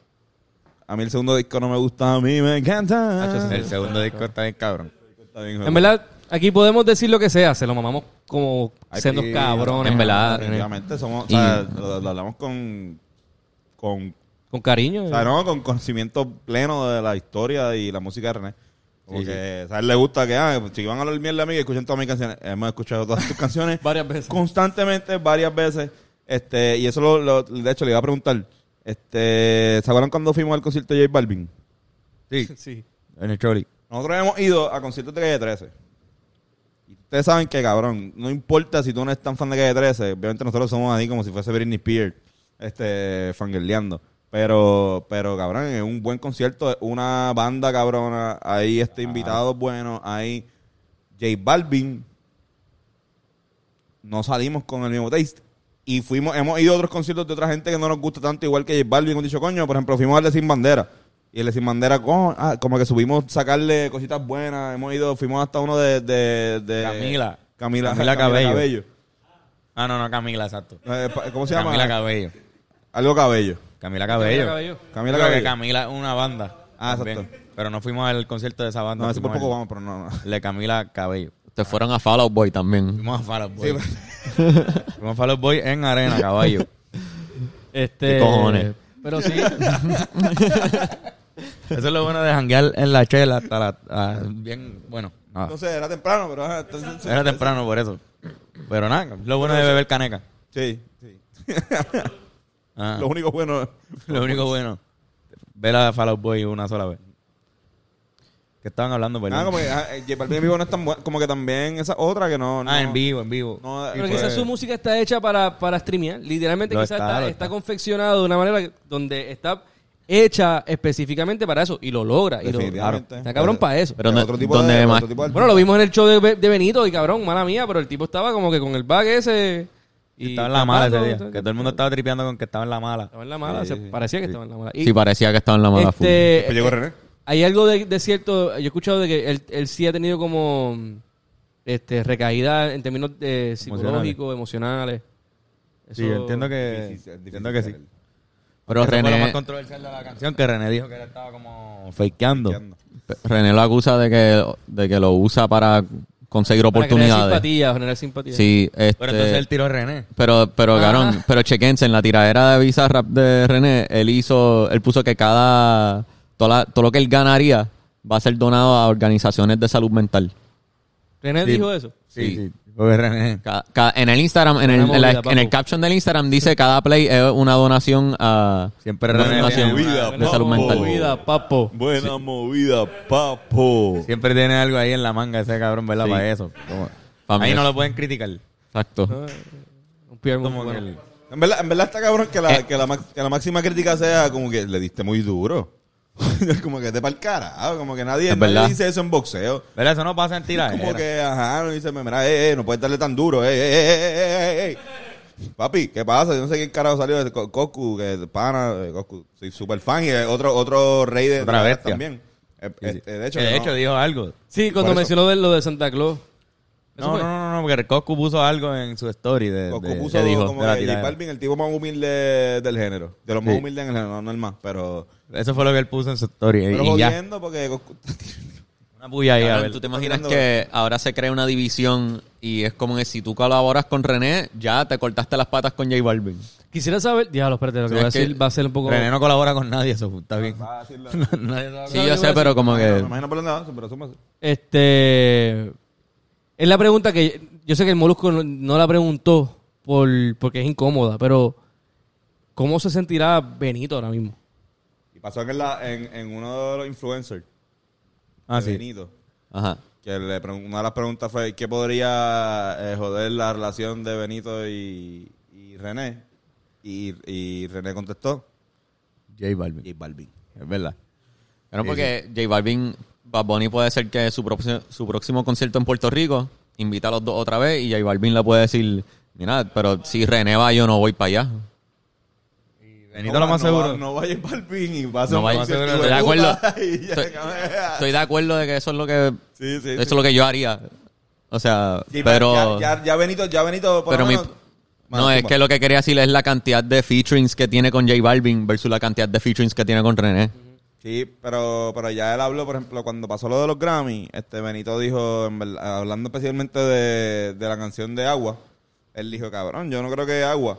a mí el segundo disco no me gusta, a mí me encanta. El segundo disco está bien cabrón. Está bien, Ah, En verdad, aquí podemos decir lo que sea, se lo mamamos como Ay, sendos sí, cabrones. en verdad, René. Definitivamente somos, o sea, lo, lo hablamos con, con, Con cariño. o eh. sea, no, con conocimiento pleno de la historia y la música de René. Porque a él le gusta que, ah, si van a hablar mierda a mí, que escuchen todas mis canciones. Hemos escuchado todas tus canciones [LAUGHS] Varias veces. constantemente, varias veces. Este, y eso, lo, lo- de hecho, le iba a preguntar. Este, ¿Se acuerdan cuando fuimos al concierto de J Balvin? Sí, Sí. en el Choli. Nosotros hemos ido a conciertos de calle 13. Y ustedes saben que, cabrón, no importa si tú no eres tan fan de calle 13. Obviamente nosotros somos ahí como si fuese Britney Spears, este, fangirleando. Pero, pero, cabrón, es un buen concierto, es una banda cabrona. Ahí este invitado bueno, ahí J Balvin. No salimos con el mismo taste. Y fuimos, hemos ido a otros conciertos de otra gente que no nos gusta tanto, igual que J Balvin. Hemos dicho, coño, por ejemplo, fuimos al de Sin Bandera. Y el de Sin Bandera, co- ah, como que subimos sacarle cositas buenas. Hemos ido, fuimos hasta uno de. de- de- Camila. Camila, Camila Cabello. Ah, no, no, Camila, exacto. Eh, pa- ¿Cómo se llama? Camila Cabello. Algo Cabello. Camila Cabello. Cabello. Camila Yo creo que Cabello. Camila es una banda. Ah, también. exacto. Pero no fuimos al concierto de esa banda. No, ese por fuimos poco al- vamos, pero no. no. Le Camila Cabello. Te fueron a Fallout Boy también. Fuimos a Fall Out Boy. [LAUGHS] fuimos a Fall Out Boy en arena, caballo. Este, ¿Qué cojones? Pero sí. Eso es lo bueno de janguear en la chela hasta la... ah, bien, bueno. nada. No sé, era temprano, pero. ajá, entonces- Ah. Era temprano por eso. Pero nada, lo bueno de beber caneca. Sí, sí. Ah, Lo único bueno. lo único bueno. ver a Fall Out Boy una sola vez. Que estaban hablando, perdón. Ah, como que ah, eh, J Balvin en vivo no es tan bueno. Como que también esa otra que no. no- Ah, en vivo, en vivo. no, eh, Pero pues, quizás su música está hecha para, para streamear. Literalmente Lo quizás está, está, lo está está. confeccionado de una manera que- donde está hecha específicamente para eso. Y lo logra. Y lo, Definitivamente. Claro. está cabrón para eso. Pero de no- otro tipo donde de, más- otro tipo de bueno, lo vimos en el show de, Be- de Benito y cabrón, mala mía, pero el tipo estaba como que con el bag ese. Y estaba en la mala ese día. tapando, Que todo el mundo estaba tripeando con que estaba en la mala. Estaba en la mala, se- parecía que estaba en la mala. Y Sí, parecía que estaba en la mala full. este, Después Pues llegó René. Hay algo de, de cierto, yo he escuchado de que él, él sí ha tenido como este, recaída en términos de psicológicos, emocionales. Sí, yo entiendo que, Difícil, difícil entiendo que sí. saber. Pero Eso este fue lo más René, controversial de la canción, que René dijo que él estaba como fakeando. René lo acusa de que, de que lo usa para conseguir Para generar oportunidades. simpatía, generar simpatía. Sí, este, Pero entonces él tiró a René. Pero, pero, Ah. cabrón, pero chequense, en la tiradera de Visa Rap de René, él hizo, él puso que cada, toda la- todo lo que él ganaría va a ser donado a organizaciones de salud mental. René Sí. dijo eso. Sí, sí. Porque René. Ca- ca- en el Instagram, en el, Una en la- movida, en el papu. caption del Instagram dice cada play es una donación a... Siempre una René fundación tiene una- de salud papo. mental. Movida, papo. Buena movida, papo. Siempre tiene algo ahí en la manga ese cabrón, ¿verdad? Sí. Para eso. Como- Familia. Ahí no lo pueden criticar. Exacto. Un Pierre muy Como que bueno. el- En verdad, en verdad está cabrón que la, que, la, max- que la máxima crítica sea como que le diste muy duro. [LAUGHS] como que te pa'l carajo, como que nadie, Es nadie verdad. dice eso en boxeo. ¿Verdad? Eso no pasa en Como tirar. que, ajá, no dice, mira, eh, eh, no puedes darle tan duro, eh, eh, eh, eh, eh, eh. Papi, ¿qué pasa? Yo no sé qué carajo salió de Co- Coscu, que es pana, de Coscu, soy súper fan y es otro, otro rey de Otra de- bestia. también. Eh, este, de hecho, de que hecho no. dijo algo. Sí, cuando Por eso. mencionó de lo de Santa Claus. ¿Eso No, no, fue? no, no, porque Coscu puso algo en su story de, Coscu de- puso que dijo Pues como de la que J tiradera. Balvin, el tipo más humilde del género. De los más Sí. humildes en el género, no el más, pero... Eso fue lo que él puso en su story. Pero y ya. jodiendo porque Coscu Una puya ahí, a Cabrón, ver. ¿Tú te imaginas Fernando- que ahora se crea una división y es como que si tú colaboras con René, ya te cortaste las patas con J Balvin? Quisiera saber. Diablo, espérate, lo que Sí, voy a es que decir va a ser un poco. René no colabora con nadie, eso está bien. Ah, sí, [LAUGHS] la- Nadie sabe. Sí, yo sé, pero como Me que... imagino por dónde va, pero súmase. Este. Es la pregunta que. Yo sé que el Molusco no, no la preguntó por, porque es incómoda, pero. ¿Cómo se sentirá Benito ahora mismo? Y pasó en, la, en, en uno de los influencers, Ah, de sí. Benito, Ajá. que le pregun- una de las preguntas fue, ¿qué podría eh, joder la relación de Benito y, y René? Y, y René contestó, J Balvin. J Balvin. Es verdad. Claro, porque J Balvin, Bad Bunny puede ser que su, proxi- su próximo concierto en Puerto Rico invita a los dos otra vez y J Balvin le puede decir, mira, pero si René va, yo no voy para allá. Benito No lo va- más no seguro. va- No vaya J Balvin y va a ser No un vaya, concierto estoy de acuerdo. [LAUGHS] y ya, Estoy- cabrón. Estoy de acuerdo de que eso es lo que Sí, sí, eso es sí. lo que yo haría. O sea, Sí, pero Ya, ya, ya Benito, ya Benito, por pero lo mi menos- no, es Bueno, que lo que quería decir es la cantidad de featurings que tiene con J Balvin versus la cantidad de featurings que tiene con René. Sí, pero, pero ya él habló, por ejemplo, cuando pasó lo de los Grammy, este Benito dijo, en verdad, hablando especialmente de, de la canción de Agua, él dijo, cabrón, yo no creo que Agua,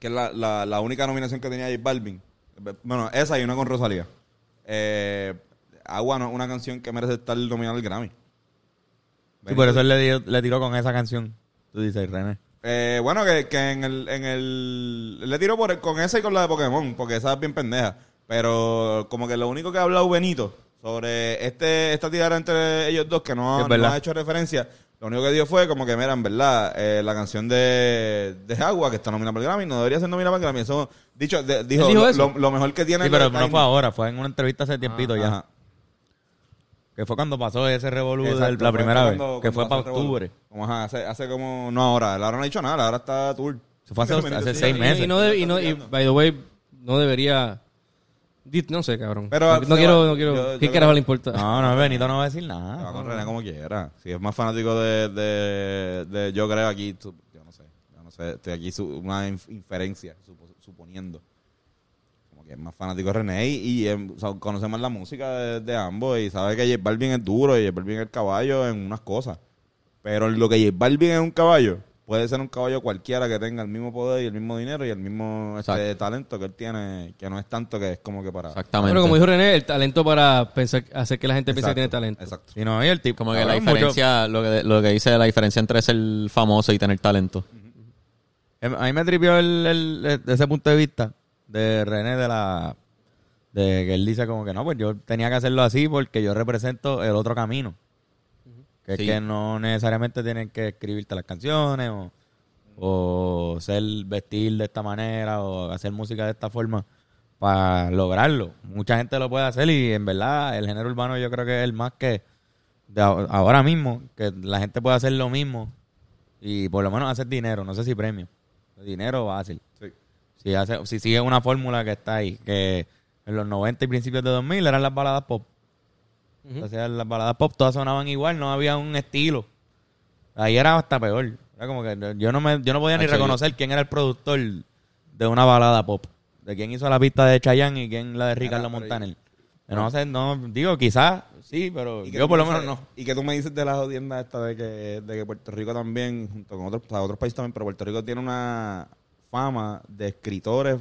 que es la, la, la única nominación que tenía J Balvin, bueno, esa y una con Rosalía. Eh, Agua no es una canción que merece estar nominada al Grammy. Y por eso él le, dio- le tiró con esa canción. Tú dices, René. Eh, bueno, que, que en el... En el le tiro por, con esa y con la de Pokémon, porque esa es bien pendeja. Pero como que lo único que ha hablado Benito sobre este esta tirada entre ellos dos, que no, Es ha- no verdad. ha hecho referencia, lo único que dio fue como que, mira, en verdad, eh, la canción de, de Agua, que está nominada para el Grammy, no debería ser nominada para el Grammy. Eso, dicho, de- dijo, dijo lo, eso? lo- lo mejor que tiene... Sí, es lo pero de no Tiny. fue ahora, fue en una entrevista hace tiempito ya. Ah, Ajá. Que fue cuando pasó ese revolú del- Exacto, la fue primera vez. cuando- que cuando fue hace para el revolú. octubre. Como, ajá, hace, hace como... No ahora, ahora no ha dicho nada, ahora está tour. Eso fue hace, hace Benito sí. seis Y- meses. Y, no, de- y, no- y, by the way, no debería. di- No sé, cabrón. Pero, no, no Seba, quiero, no quiero. yo- yo ¿Qué creo- carajo le importa? No, no, Benito Ah, no va a decir Se va nada. con René como quiera. Si es más fanático de, de, de- yo creo aquí, su- yo no sé, yo no sé, estoy aquí su- una inf- inferencia, supo- suponiendo. Como que es más fanático de René y, y, em, o sea, conoce más la música de, de ambos y sabe que J Balvin es duro y J Balvin es el caballo en unas cosas. Pero en lo que J Balvin es un caballo, puede ser un caballo cualquiera que tenga el mismo poder y el mismo dinero y el mismo este, Exacto. talento que él tiene, que no es tanto que es como que para... Exactamente. Pero como dijo René, el talento para pensar, hacer que la gente piense que tiene Exacto, talento. Exacto. Y no, y el tipo. Como que la cabrón, mucho- diferencia, lo, que, lo que dice la diferencia entre ser famoso y tener talento. Em, A mí me tripió el, el- ese punto de vista de René de la De que él dice como que no, pues yo tenía que hacerlo así porque yo represento el otro camino. Que Sí. es que no necesariamente tienen que escribirte las canciones o, o ser vestir de esta manera o hacer música de esta forma para lograrlo. Mucha gente lo puede hacer y en verdad el género urbano yo creo que es el más que de a- ahora mismo, que la gente puede hacer lo mismo y por lo menos hacer dinero, no sé si premio. Dinero va a hacer. Si, hace, si sigue una fórmula que está ahí, que en los 90 y principios de 2000 eran las baladas pop. Entonces las baladas pop todas sonaban igual, no había un estilo. Ahí era hasta peor. Era como que yo no, me, yo no podía ni Hacho, yo- reconocer quién era el productor de una balada pop. De quién hizo la pista de Chayanne y quién la de Ricardo Montaner. No sé, no, digo, quizás sí, pero ¿Y qué yo tú por lo me menos dices- no. ¿Y que tú me dices de la jodienda esta de que, de que Puerto Rico también, junto con otros, o sea, otros países también, pero Puerto Rico tiene una fama de escritores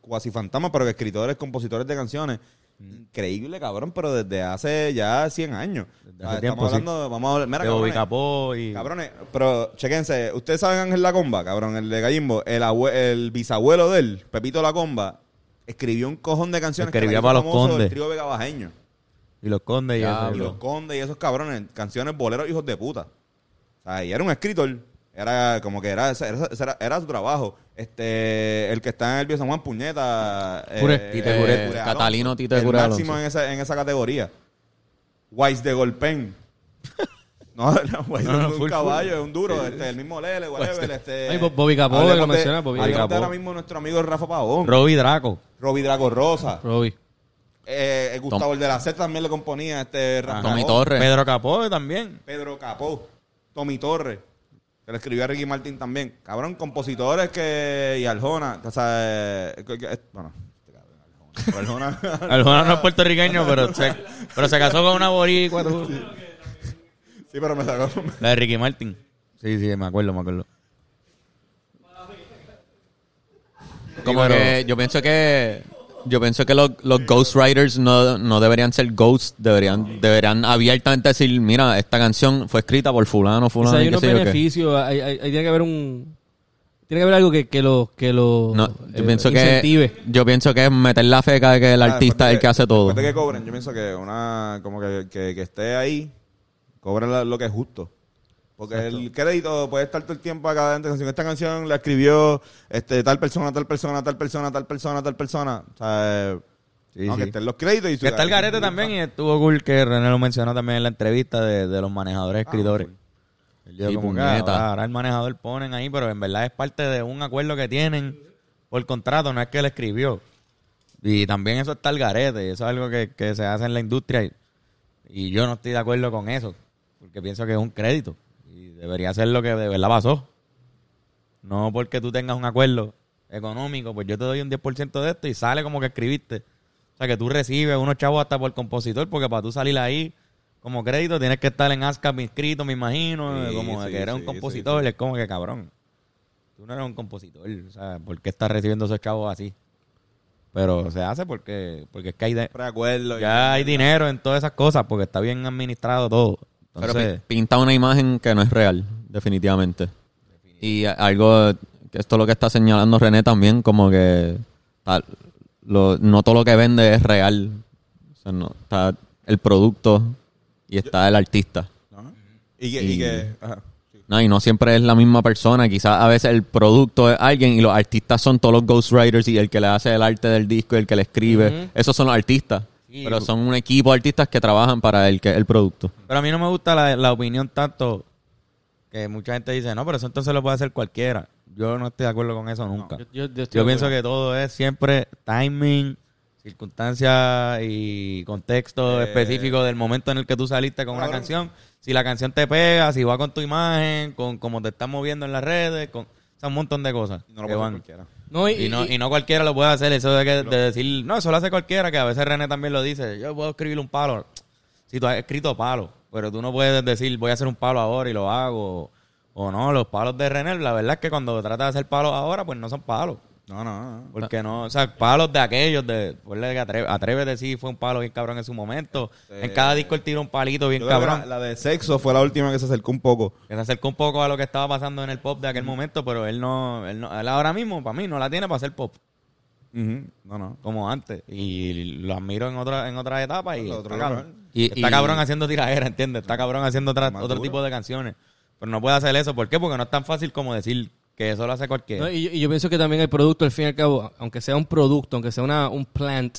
cuasi fantasmas, pero de escritores, compositores de canciones. Mm. Increíble, cabrón, pero desde hace ya 100 años. Desde O sea, hace estamos tiempo, sí. hablando, de- vamos a hablar, mira, De Bobby cabrones, Capó y... cabrones, pero chequense, ustedes saben Ángel La Comba, cabrón, el de Gallimbo, el, abue- el bisabuelo de él, Pepito La Comba, escribió un cojón de canciones que la Escribía hizo para los famoso condes. El trío Vega Bajeño. Y los condes y Ya, eso. Y Cabrón. los condes y esos cabrones, canciones boleros hijos de puta. O sea, y era un escritor. Era como que era, esa- esa- esa era, era su trabajo. Este, el que está en el Bio San Juan Puñeta. eh, Cure. Tite Cure. Catalino Tite el Cure máximo Alonso. en esa, en esa categoría. Wise de Golpen. No, [LAUGHS] no, Wise No, no, es un full, caballo, es un duro. Este, el mismo Lele, whatever. Este, Ay, Bo- Bobby Capó, hablemos que lo de- menciona, Bobby hablemos de Capó. ahora mismo nuestro amigo Rafa Pavón. Robbie Draco. Roby Drago Rosa. Robbie. Eh, eh, Gustavo el de la C también le componía. Este, Rafa Tommy Pavón. Torres. Pedro Capó también. Pedro Capó, Tommy Torres, que le escribió a Ricky Martin también. Cabrón, compositores que. y Arjona. O sea, eh, que- que- bueno, este cabrón, Arjona. [LAUGHS] Pero Arjona. Arjona no es puertorriqueño, [LAUGHS] pero se, pero se casó con una boricua. tú. sí, pero me sacó. La de Ricky Martin. Sí, sí, me acuerdo, me acuerdo. Como Sí, pero- que yo pienso que yo pienso que los, los ghostwriters no, no deberían ser ghosts, deberían deberían abiertamente decir, mira, esta canción fue escrita por fulano, O fulano, sea, hay y qué unos sé yo qué. beneficios, hay, hay- hay- tiene que haber un... Tiene que haber algo que, que lo, que lo No, eh, yo pienso incentive. que yo pienso que es meter la feca de que el Ah, artista después es de el que hace todo. Después de que cobren, yo pienso que una. como que, que, que esté ahí, cobren la- lo que es justo. Porque el crédito puede estar todo el tiempo acá dentro de canción. Esta canción la escribió este, tal persona, tal persona, tal persona, tal persona, tal persona. O sea, eh, Sí, no, que sí. estén los créditos y su- Que está el garete también y estuvo cool que René lo mencionó también en la entrevista de, de los manejadores escritores. Él dijo Sí, como que puñeta. ahora, ahora el manejador ponen ahí, pero en verdad es parte de un acuerdo que tienen por contrato, no es que él escribió. Y también eso está el garete, y eso es algo que, que se hace en la industria y, y yo no estoy de acuerdo con eso, porque pienso que es un crédito y debería ser lo que de verdad pasó. No porque tú tengas un acuerdo económico, pues yo te doy un 10% de esto y sale como que escribiste. O sea, que tú recibes unos chavos hasta por compositor, porque para tú salir ahí como crédito tienes que estar en ASCAP inscrito, me imagino, eh, Sí, como de sí, que eres sí, un compositor, es como que cabrón. Tú no eres un compositor, o sea, ¿por qué estás recibiendo esos chavos así? Pero se hace porque, porque es que hay de- preacuerdo y- ya hay dinero en todas esas cosas, porque está bien administrado todo. Pero Entonces, pi- pinta una imagen que no es real, definitivamente. Y a- algo, que esto es lo que está señalando René también, como que tal, lo- no todo lo que vende es real. O sea, no, está el producto y está el artista. Ajá. Y que, y Y- que ajá. No, y no siempre es la misma persona, quizás a veces el producto es alguien y los artistas son todos los ghostwriters y el que le hace el arte del disco y el que le escribe, esos son los artistas. Sí. Pero son un equipo de artistas que trabajan para el que el producto. Pero a mí no me gusta la, la opinión tanto que mucha gente dice, no, pero eso entonces lo puede hacer cualquiera. Yo no estoy de acuerdo con eso nunca. Yo, yo- yo estoy Yo de pienso acuerdo. que todo es siempre timing, circunstancias y contexto específico del momento en el que tú saliste con una cabrón. canción. Si la canción te pega, si va con tu imagen, con cómo te estás moviendo en las redes, con o sea, un montón de cosas. no lo puede que hacer van. cualquiera. No, y, Y no, y- y no cualquiera lo puede hacer, eso de, que, de decir, no, eso lo hace cualquiera, que a veces René también lo dice, yo puedo escribir un palo. Si tú has escrito palo, pero tú no puedes decir, voy a hacer un palo ahora y lo hago. O no, los palos de René, la verdad es que cuando trata de hacer palos ahora, pues no son palos. No, no, no. Porque no, o sea, palos de aquellos, de, ponle que atreve, atrévete sí, fue un palo bien cabrón en su momento. En cada disco él tira un palito bien Yo creo que cabrón. La, la de sexo fue la última que se acercó un poco. Que se acercó un poco a lo que Mm. estaba pasando en el pop de aquel momento, pero él no, él no, él ahora mismo, para mí, no la tiene para hacer pop. Ujú, No, no. como antes. Y lo admiro en otra, en otras etapas y Otro está lugar. cabrón. Y- está y- cabrón haciendo tiradera, ¿entiendes? Está cabrón haciendo otra- Más otro duro. tipo de canciones. Pero no puede hacer eso. ¿Por qué? Porque no es tan fácil como decir que eso lo hace cualquiera. No, y, yo- y yo pienso que también el producto, al fin y al cabo, aunque sea un producto, aunque sea una, un plant,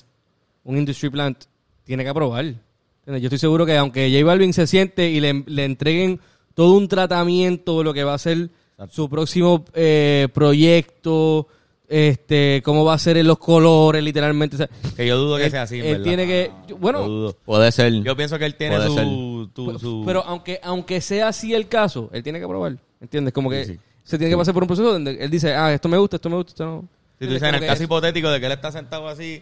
un industry plant, tiene que aprobar. ¿Entiendes? Yo estoy seguro que aunque J Balvin se siente y le, le entreguen todo un tratamiento, lo que va a ser su próximo eh, proyecto, este, cómo va a ser en los colores, literalmente. o sea, que yo dudo que él- sea así, en él verdad. tiene que... yo- bueno, Lo dudo. Puede ser. Yo pienso que él tiene Puede su, tu- Pero, su- pero aunque, aunque sea así el caso, él tiene que probar. ¿Entiendes? Como que se tiene que pasar por un proceso donde él dice, ah, esto me gusta, esto me gusta, esto no. si tú dices en el caso hipotético de que él está sentado así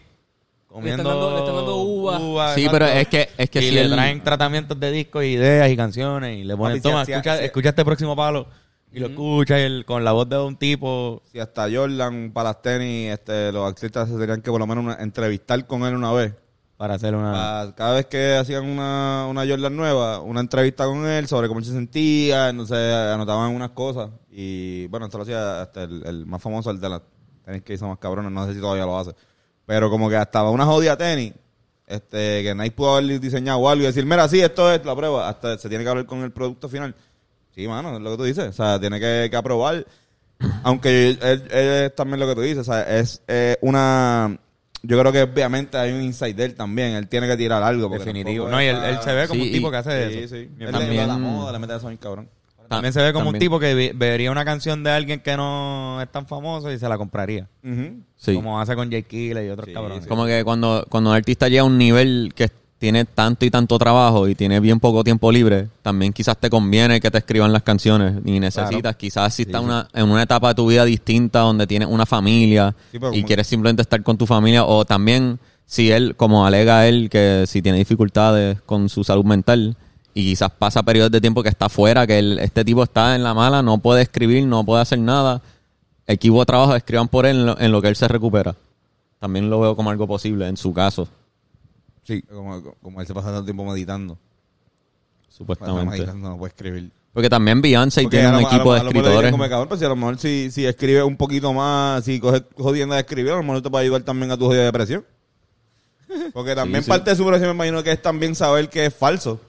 comiendo dando- le están dando uva. Sí, exacto. pero es que- es que y si le él- traen tratamientos de discos, ideas y canciones y le ponen Papi, si toma, hacía- escucha, si- escucha este próximo palo y lo escucha y él con la voz de un tipo Si hasta Jordan para las tenis, este, los artistas se tenían que por lo menos una- entrevistar con él una vez. para hacer una Pa- Cada vez que hacían una, una Jordan nueva, una entrevista con él sobre cómo él se sentía, entonces anotaban unas cosas. Y bueno, esto lo hacía hasta el, el más famoso, el de las tenis que hizo más cabrones, no sé si todavía lo hace. Pero como que hasta una jodida tenis, este, que Nike pudo haber diseñado algo y decir, mira, sí, esto es la prueba, hasta se tiene que hablar con el producto final. Sí, mano, es lo que tú dices, o sea, tiene que, que aprobar. Aunque él, él- él es también lo que tú dices, o sea, es eh, una... Yo creo que obviamente hay un insider también, él tiene que tirar algo. porque definitivo. tampoco No, y es él, él para- se ve como Sí, un tipo y- que hace Sí, eso. sí. Él También, le mete a la También- moda, le mete a eso bien cabrón. también se ve como un También. tipo que ve- vería una canción de alguien que no es tan famoso y se la compraría. Ujú. Sí. Como este. hace con Jay Killer y otros cabrones. Como que cuando, cuando un artista llega a un nivel que tiene tanto y tanto trabajo y tiene bien poco tiempo libre, también quizás te conviene que te escriban las canciones y necesitas, quizás si estás una- en una etapa de tu vida distinta donde tienes una familia Sí, pero y como- quieres simplemente estar con tu familia o también si él, como alega él, que si tiene dificultades con su salud mental y quizás pasa periodos de tiempo que está fuera, que él- este tipo está en la mala, no puede escribir, no puede hacer nada, equipo de trabajo escriban por él en lo, en lo que él se recupera. También lo veo como algo posible en su caso, Sí, como, como él se pasa tanto tiempo meditando. Pasa supuestamente. meditando, no puede escribir. Porque también Beyoncé Porque tiene a lo- un a lo- equipo a de lo mejor le dirían escritores. Como, cabrón, pues si a lo mejor si, si escribes un poquito más, si coges jodienda de escribir, a lo mejor te puede ayudar también a tu jodida depresión. [LAUGHS] Porque también sí. parte de su depresión me imagino que es también saber que es falso.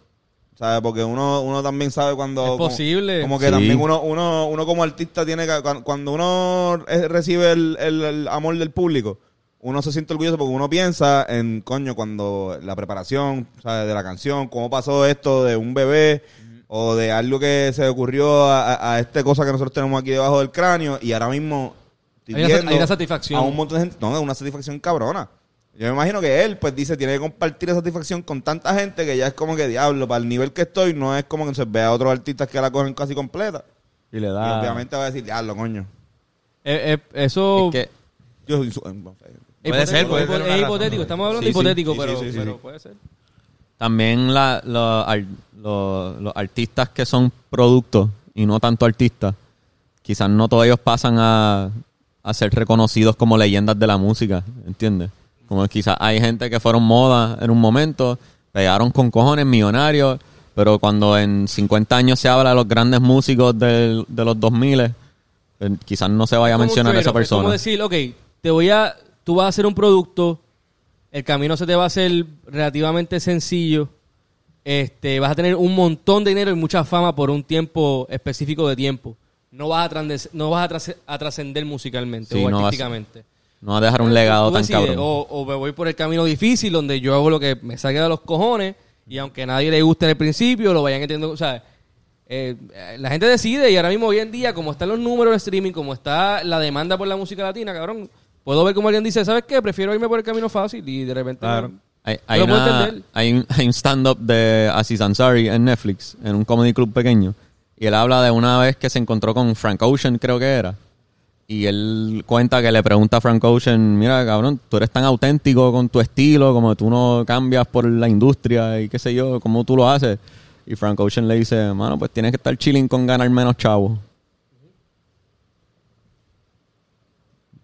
O sea, porque uno, uno también sabe cuando... Es como- posible. Como, que Sí. también uno, uno, uno como artista tiene que... cuan- Cuando uno eh, recibe el, el- el amor del público, uno se siente orgulloso porque uno piensa en, coño, cuando la preparación o sea, de la canción, cómo pasó esto de un bebé o de algo que se ocurrió a, a- a esta cosa que nosotros tenemos aquí debajo del cráneo y ahora mismo... estoy Hay una sa- viendo hay una satisfacción. A un montón de gente... No, es una satisfacción cabrona. Yo me imagino que él, pues, dice, tiene que compartir esa satisfacción con tanta gente que ya es como que, diablo, para el nivel que estoy, no es como que se vea a otros artistas que la cogen casi completa. Y le Y da. obviamente va a decir, diablo, coño. Eh, eh, eso Es que- Yo soy... su- eh, es Puede ser, hipotético, puede es ser una hipotético, razón. estamos hablando Sí, de sí, hipotético, sí, pero, sí, sí, pero sí. puede ser. También la- lo- ar- lo- los artistas que son productos y no tanto artistas, quizás no todos ellos pasan a, a ser reconocidos como leyendas de la música, ¿entiendes? Como que quizás hay gente que fueron moda en un momento, pegaron con cojones millonarios, pero cuando en 50 años se habla de los grandes músicos del- de los 2000, eh, quizás no se vaya a Como un mencionar a esa trade-off, es persona. Como decir, ok, te voy a, tú vas a hacer un producto, el camino se te va a hacer relativamente sencillo, este, vas a tener un montón de dinero y mucha fama por un tiempo específico de tiempo. No vas a, trandes- no vas a, trasce- a trascender musicalmente Sí, o no vas- artísticamente. No va a dejar un legado Tú tan decides, cabrón. O, o me voy por el camino difícil donde yo hago lo que me saque de los cojones y aunque a nadie le guste en el principio, lo vayan entendiendo. O sea, eh, la gente decide y ahora mismo hoy en día, como están los números de streaming, como está la demanda por la música latina, cabrón, puedo ver como alguien dice, ¿sabes qué? Prefiero irme por el camino fácil y de repente... Claro. Hay, Yo hay, lo puedo una- entender. hay un, hay un stand-up de Aziz Ansari en Netflix, en un comedy club pequeño. Y él habla de una vez que se encontró con Frank Ocean, creo que era. Y él cuenta que le pregunta a Frank Ocean, mira, cabrón, tú eres tan auténtico con tu estilo, como tú no cambias por la industria y qué sé yo, cómo tú lo haces. Y Frank Ocean le dice, mano, pues tienes que estar chilling con ganar menos chavos.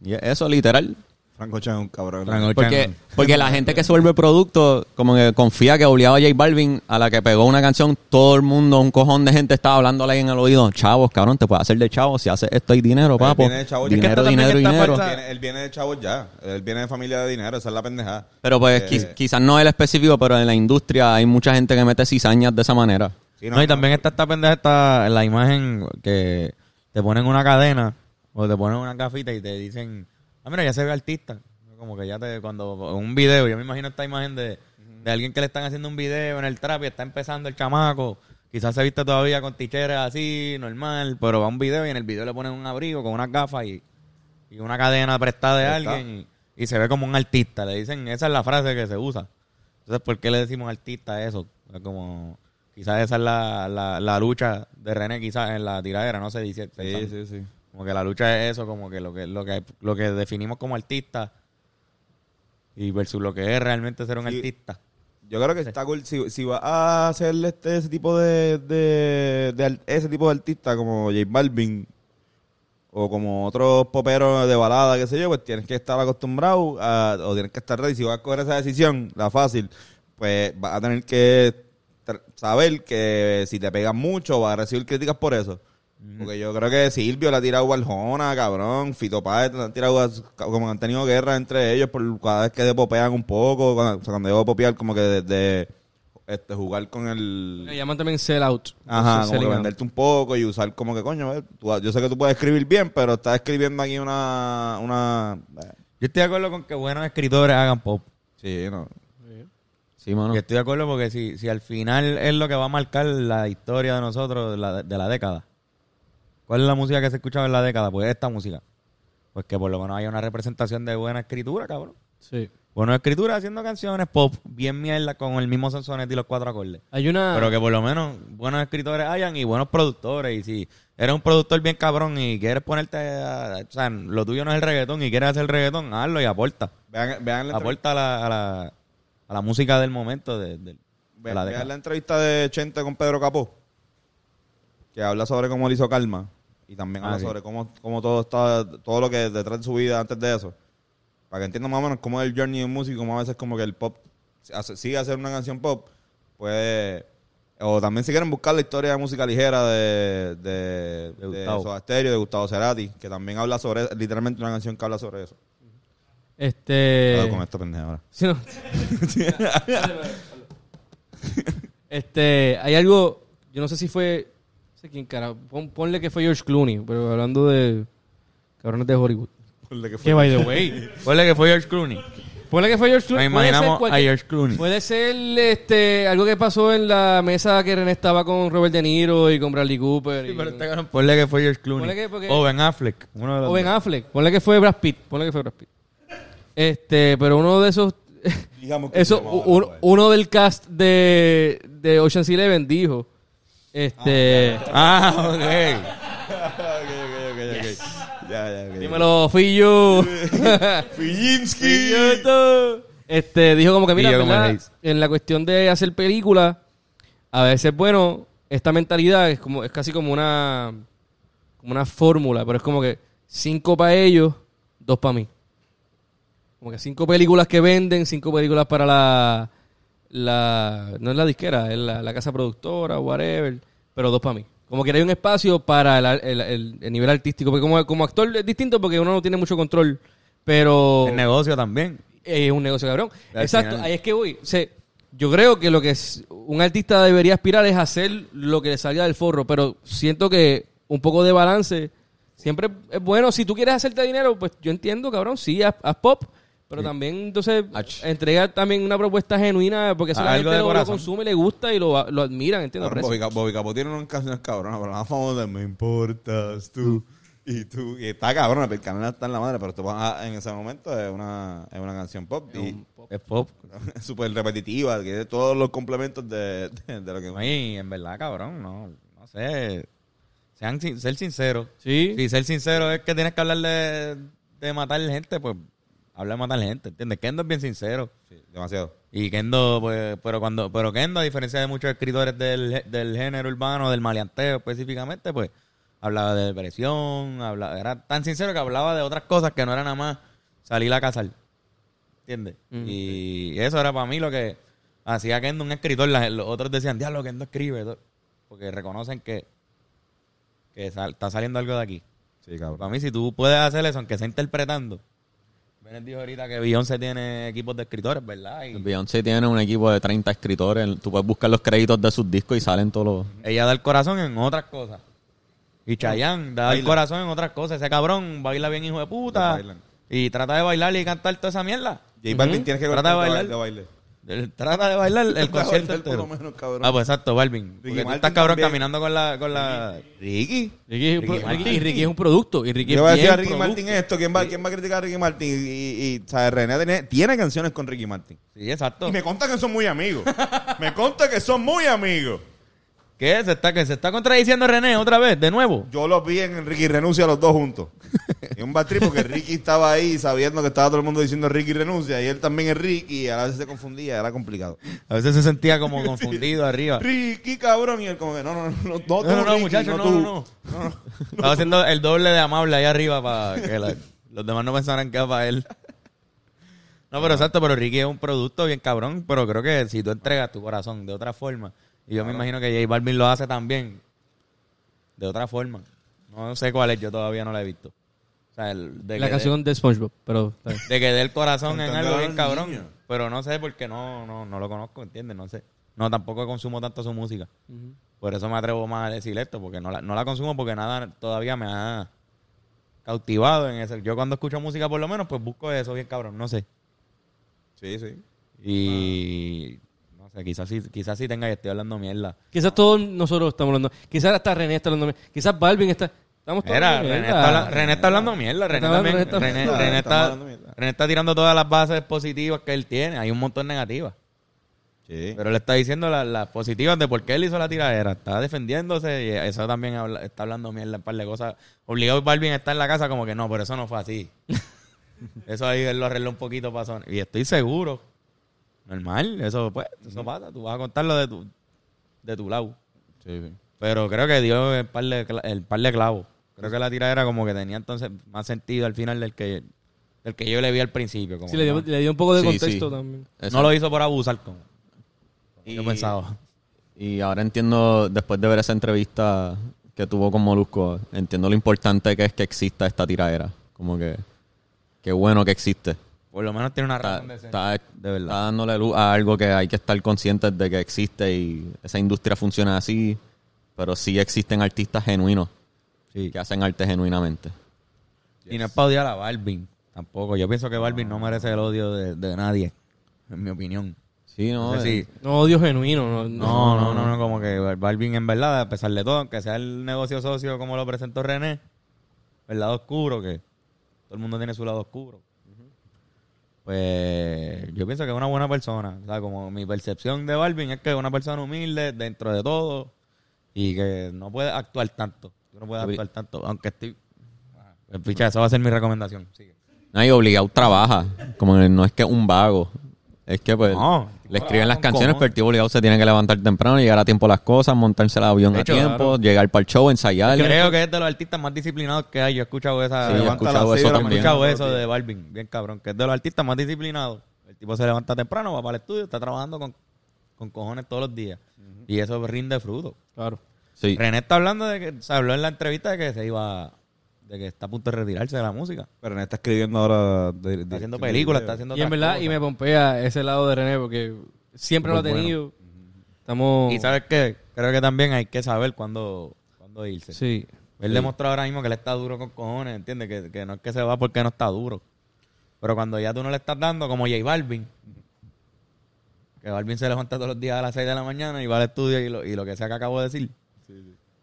Y es eso, literal. Franco Chan es un cabrón. Franco Porque, Chan. porque la gente que se vuelve producto, como que confía que obligado a J Balvin, a la que pegó una canción, todo el mundo, un cojón de gente estaba hablándole ahí en el oído. Chavos, cabrón, te puedes hacer de chavo si haces esto hay Pero dinero, él papo. Pues viene de chavo, dinero, es que dinero, también está dinero. falta- Viene- él viene de chavos ya. Él viene de familia de dinero. Esa es la pendejada. Pero Eh. pues quiz- quizás no el específico, pero en la industria hay mucha gente que mete cizañas de esa manera. Sí, no, y también está esta pendeja, está la imagen que te ponen una cadena o te ponen una gafita y te dicen, ah, mira, ya se ve artista. Como que ya te, cuando un video, yo me imagino esta imagen de, de alguien que le están haciendo un video en el trap y está empezando el chamaco. Quizás se viste todavía con ticheras así, normal, pero va a un video y en el video le ponen un abrigo con unas gafas y, y una cadena prestada de Ahí está. alguien y, y se ve como un artista. Le dicen, esa es la frase que se usa. Entonces, ¿por qué le decimos artista a eso? Es como, quizás esa es la, la, la lucha de René, quizás en la tiradera, no se dice. Sí, sí, sí. Como que la lucha es eso, como que lo que, lo que, lo que definimos como artista y versus lo que es realmente ser un Sí. artista. Yo creo que está cool. Si, si va a hacer este, ese tipo de, de, de ar- ese tipo de artista como J Balvin o como otros poperos de balada, qué sé yo, pues tienes que estar acostumbrado a- o tienes que estar ready. Si vas a coger esa decisión, la fácil, pues vas a tener que tr- saber que si te pegas mucho vas a recibir críticas por eso. Porque yo creo que Silvio la ha tirado a Arjona, cabrón, Fito Páez la han tirado, a- como han tenido guerra entre ellos por cada vez que se popean un poco, cuando, o sea, cuando digo popear, como que de, de, este, jugar con el... Le llaman también sell out. Ajá, Entonces, como que selling out. venderte un poco y usar como que, coño, eh, tú- yo sé que tú puedes escribir bien, pero estás escribiendo aquí una... una eh, Yo estoy de acuerdo con que buenos escritores hagan pop. sí, no. Sí, mano. Y estoy de acuerdo porque si, si al final es lo que va a marcar la historia de nosotros de la, de la década. ¿Cuál es la música que se escuchaba en la década? Pues esta música. Pues que por lo menos haya una representación de buena escritura, cabrón. Sí. Buena escritura haciendo canciones pop, bien mierda, con el mismo sonsonete y los cuatro acordes. Hay una. Pero que por lo menos buenos escritores hayan y buenos productores. Y si eres un productor bien cabrón y quieres ponerte... a- o sea, lo tuyo no es el reggaetón y quieres hacer reggaetón, hazlo y aporta. Vean, vean la Aporta a la, a la, a la música del momento de, de- de Ve- la vean década. la entrevista de Chente con Pedro Capó, que habla sobre cómo él hizo Calma y también Ah, habla sí. sobre cómo, cómo todo está, todo lo que es detrás de su vida antes de eso. Para que entiendan más o menos cómo es el journey de músico, cómo a veces como que el pop se hace- sigue hacer una canción pop, puede... O también si quieren buscar la historia de música ligera de, de, de, Gustavo. Soda Stereo, de Gustavo Cerati, que también habla sobre, literalmente una canción que habla sobre eso. Eh. Este. Claro, con esta pendeja ahora. Sí, no. este, hay algo, yo no sé si fue, no sé quién cara, pon- ponle que fue George Clooney, pero hablando de cabrones de Hollywood. Ponle que fue- Que by the way. Ponle que fue George Clooney. Ponle que fue George Clooney. Nos puede ser imaginamos cualquier- a George Clooney. Puede ser este, algo que pasó en la mesa que René estaba con Robert De Niro y con Bradley Cooper. y con- Ponle que fue George Clooney. Ponle que- porque- O Ben Affleck. Uno de los O Ben dos. Affleck. Ponle que fue Brad Pitt. Ponle que fue Brad Pitt. Este, pero uno de esos. Digamos que eso, se llamaba, un- pues. uno del cast de, de Ocean's Eleven dijo. Este. Ah, ok. ok, ok, ok, ok. Ya, ya, ok. Dímelo, [LAUGHS] Fillo. Fijinsky. Filloto. este, dijo como que, mira, Fillo como ¿verdad? le dice. en la cuestión de hacer películas, a veces, bueno, esta mentalidad es como es casi como una como una fórmula, pero es como que cinco para ellos, dos para mí. Como que cinco películas que venden, cinco películas para la. la no es la disquera, es la, la casa productora, whatever, pero dos para mí. Como que hay un espacio para el, ar- el- el- el nivel artístico, porque como, como actor es distinto porque uno no tiene mucho control, pero El negocio también. es un negocio cabrón. Al Exacto, final. ahí es que voy. O sea, yo creo que lo que es- un artista debería aspirar es hacer lo que le salga del forro, pero siento que un poco de balance siempre es bueno. Si tú quieres hacerte dinero, pues yo entiendo, cabrón, sí, haz, haz pop, pero también entonces Ach. entrega también una propuesta genuina porque eso Ah, la algo gente de lo, lo corazón. consume, le gusta y lo, lo admiran, entiendo. Cabrón, Bobby, Cap- Bobby Capó tiene unas canciones cabronas, pero la más famosa es Me importas tú y tú. Y está cabrón, el canal está en la madre, pero tú vas a- en ese momento es una, es una canción pop y Es pop. es [LAUGHS] súper repetitiva, que tiene todos los complementos de, de, de lo que. Ay, en verdad, cabrón, no, no sé. Sean sin- ser sinceros. Sí. Si ser sincero es que tienes que hablar de, de matar gente, pues habla de matar gente, ¿entiendes? Kendo es bien sincero. Sí, demasiado. Y Kendo, pues, pero cuando, pero Kendo, a diferencia de muchos escritores del, gé- del género urbano, del maleanteo específicamente, pues, hablaba de depresión, hablaba, era tan sincero que hablaba de otras cosas que no era nada más salir a cazar. ¿Entiendes? Mm, Y eso era para mí lo que hacía Kendo un escritor. Las- los otros decían, diablo, Kendo escribe. to- Porque reconocen que, que sal- está saliendo algo de aquí. Sí, Para cabrón. mí, si tú puedes hacer eso, aunque sea interpretando. Benet dijo ahorita que Beyoncé tiene equipos de escritores, ¿verdad? Y Beyoncé tiene un equipo de 30 escritores. Tú puedes buscar los créditos de sus discos y salen todos los... ella da el corazón en otras cosas. Y Chayanne da el corazón en otras cosas. Ese cabrón baila bien hijo de puta. Bailan. Y trata de bailar y cantar toda esa mierda. J Balvin tienes que Trata de cortar bailar. de baile. Él trata de bailar [LAUGHS] el concierto bailar por lo entero. menos, cabrón. Ah, pues exacto, Balvin. Porque Ricky tú estás Martin cabrón también. caminando con la... Con la... Ricky. Ricky, es un pro- Ricky Ricky- Martin. Ricky es un producto. Y Ricky Yo voy a es decir bien a Ricky producto. Martin esto. ¿Quién va, ¿Quién va a criticar a Ricky Martin? Y, y, y, ¿sabes? René tiene, tiene canciones con Ricky Martin. Sí, exacto. Y me conta que son muy amigos. me conta que son muy amigos. ¿Qué? ¿Se está, que ¿Se está contradiciendo René otra vez? ¿De nuevo? Yo los vi en Ricky Renuncia los dos juntos. Es un batripo porque Ricky estaba ahí sabiendo que estaba todo el mundo diciendo Ricky Renuncia y él también es Ricky y a veces se confundía, era complicado. A veces se sentía [LAUGHS] como confundido arriba. Ricky, cabrón, y él como que no, no, no, no, no, tú, No, no, no, Ricky, muchachos, no, tú". no, no. Estaba haciendo el doble de amable ahí arriba para que la- los demás no pensaran que era para él. No, pero exacto, pero Ricky es un producto bien cabrón, pero creo que si tú entregas tu corazón de otra forma, y yo me imagino que J Balvin lo hace también, de otra forma. No sé cuál es, yo todavía no la he visto. O sea, el- de La que canción de SpongeBob, pero está bien. dé- de que dé el corazón en Cantando algo a los bien cabrón, niños. pero no sé porque no, no, no lo conozco, ¿entiendes? No sé. No, tampoco consumo tanto su música. Por eso me atrevo más a decir esto, porque no la, no la consumo porque nada todavía me ha cautivado en eso. Yo cuando escucho música por lo menos, pues busco eso bien cabrón, no sé. Sí, sí. Y Ah. no sé, quizás sí, quizás sí tenga que estoy hablando mierda. Quizás todos nosotros estamos hablando. Quizás hasta René está hablando. Quizás Balvin está. Estamos todos Era, hablando ah, René mierda. está, habla- René está hablando mierda, René Está hablando- también, René está- René- Claro, estamos René está, hablando mierda. René está tirando todas las bases positivas que él tiene, hay un montón negativas. Sí. Pero le está diciendo la- las positivas de por qué él hizo la tiradera. Está defendiéndose y eso también habla- está hablando mierda, un par de cosas. Obligado Balvin a estar en la casa como que no, pero eso no fue [LAUGHS] así. eso ahí él lo arregló un poquito para Sony. Y estoy seguro. Normal, eso pues, eso pasa. Tú vas a contarlo de tu, de tu lado. sí, sí. Pero creo que dio el par de, cla- el par de clavos. Creo que la tiradera como que tenía entonces más sentido al final del que, del que yo le vi al principio. Como Sí, que le no, dio, le dio un poco de Sí, contexto sí. también. no lo hizo por abusar como, como yo Y- pensaba. Y ahora entiendo, después de ver esa entrevista que tuvo con Molusco, entiendo lo importante que es que exista esta tiradera. Como que, qué bueno que existe. Por lo menos tiene una Está, razón de ser. está- De verdad. está dándole luz a algo que hay que estar conscientes de que existe y esa industria funciona así, pero sí existen artistas genuinos que hacen arte genuinamente. Y no es para odiar a Balvin. Tampoco. Yo pienso que Balvin no merece el odio de, de nadie. En mi opinión. Sí, no, No sé eh, si- No, odio genuino. No, No, no, no, no, como que Balvin en verdad, a pesar de todo, aunque sea el negocio socio como lo presentó René, el lado oscuro, que todo el mundo tiene su lado oscuro. Pues yo pienso que es una buena persona. O sea, como mi percepción de Balvin es que es una persona humilde dentro de todo y que no puede actuar tanto. Tú No puede Yo vi- actuar tanto, aunque estoy... Pues, picha, esa va a ser mi recomendación. Sigue. No, y obligado trabaja. Como que no es que es un vago. Es que pues No. le escriben las canciones, ¿Cómo? pero el tío obligado se tiene que levantar temprano, llegar a tiempo a las cosas, montarse el avión De hecho, a tiempo, claro. llegar para el show, ensayar. Creo que es de los artistas más disciplinados que hay. Yo he escuchado esa... Sí, yo he Levanta a las escuchado seis eso de la He también. escuchado eso de Balvin, bien cabrón, que es de los artistas más disciplinados. El tipo se levanta temprano, va para el estudio, está trabajando con, con cojones todos los días. Y eso rinde fruto. Claro. Sí. René está hablando de que, se habló en la entrevista de que se iba, de que está a punto de retirarse de la música. Pero René está escribiendo ahora. de- de- Está haciendo de- películas, está haciendo Y en otras verdad, y cosas. me pompea ese lado de René porque siempre lo ha tenido. Estamos. Y sabes qué, creo que también hay que saber cuándo, cuándo irse. Sí. Él demostró ahora mismo que él está duro con cojones, ¿entiendes? Que, que no es que se va porque no está duro. Pero cuando ya tú no le estás dando, como J Balvin, que Balvin se levanta todos los días a las 6 de la mañana y va al estudio y lo, y lo que sea que acabo de decir.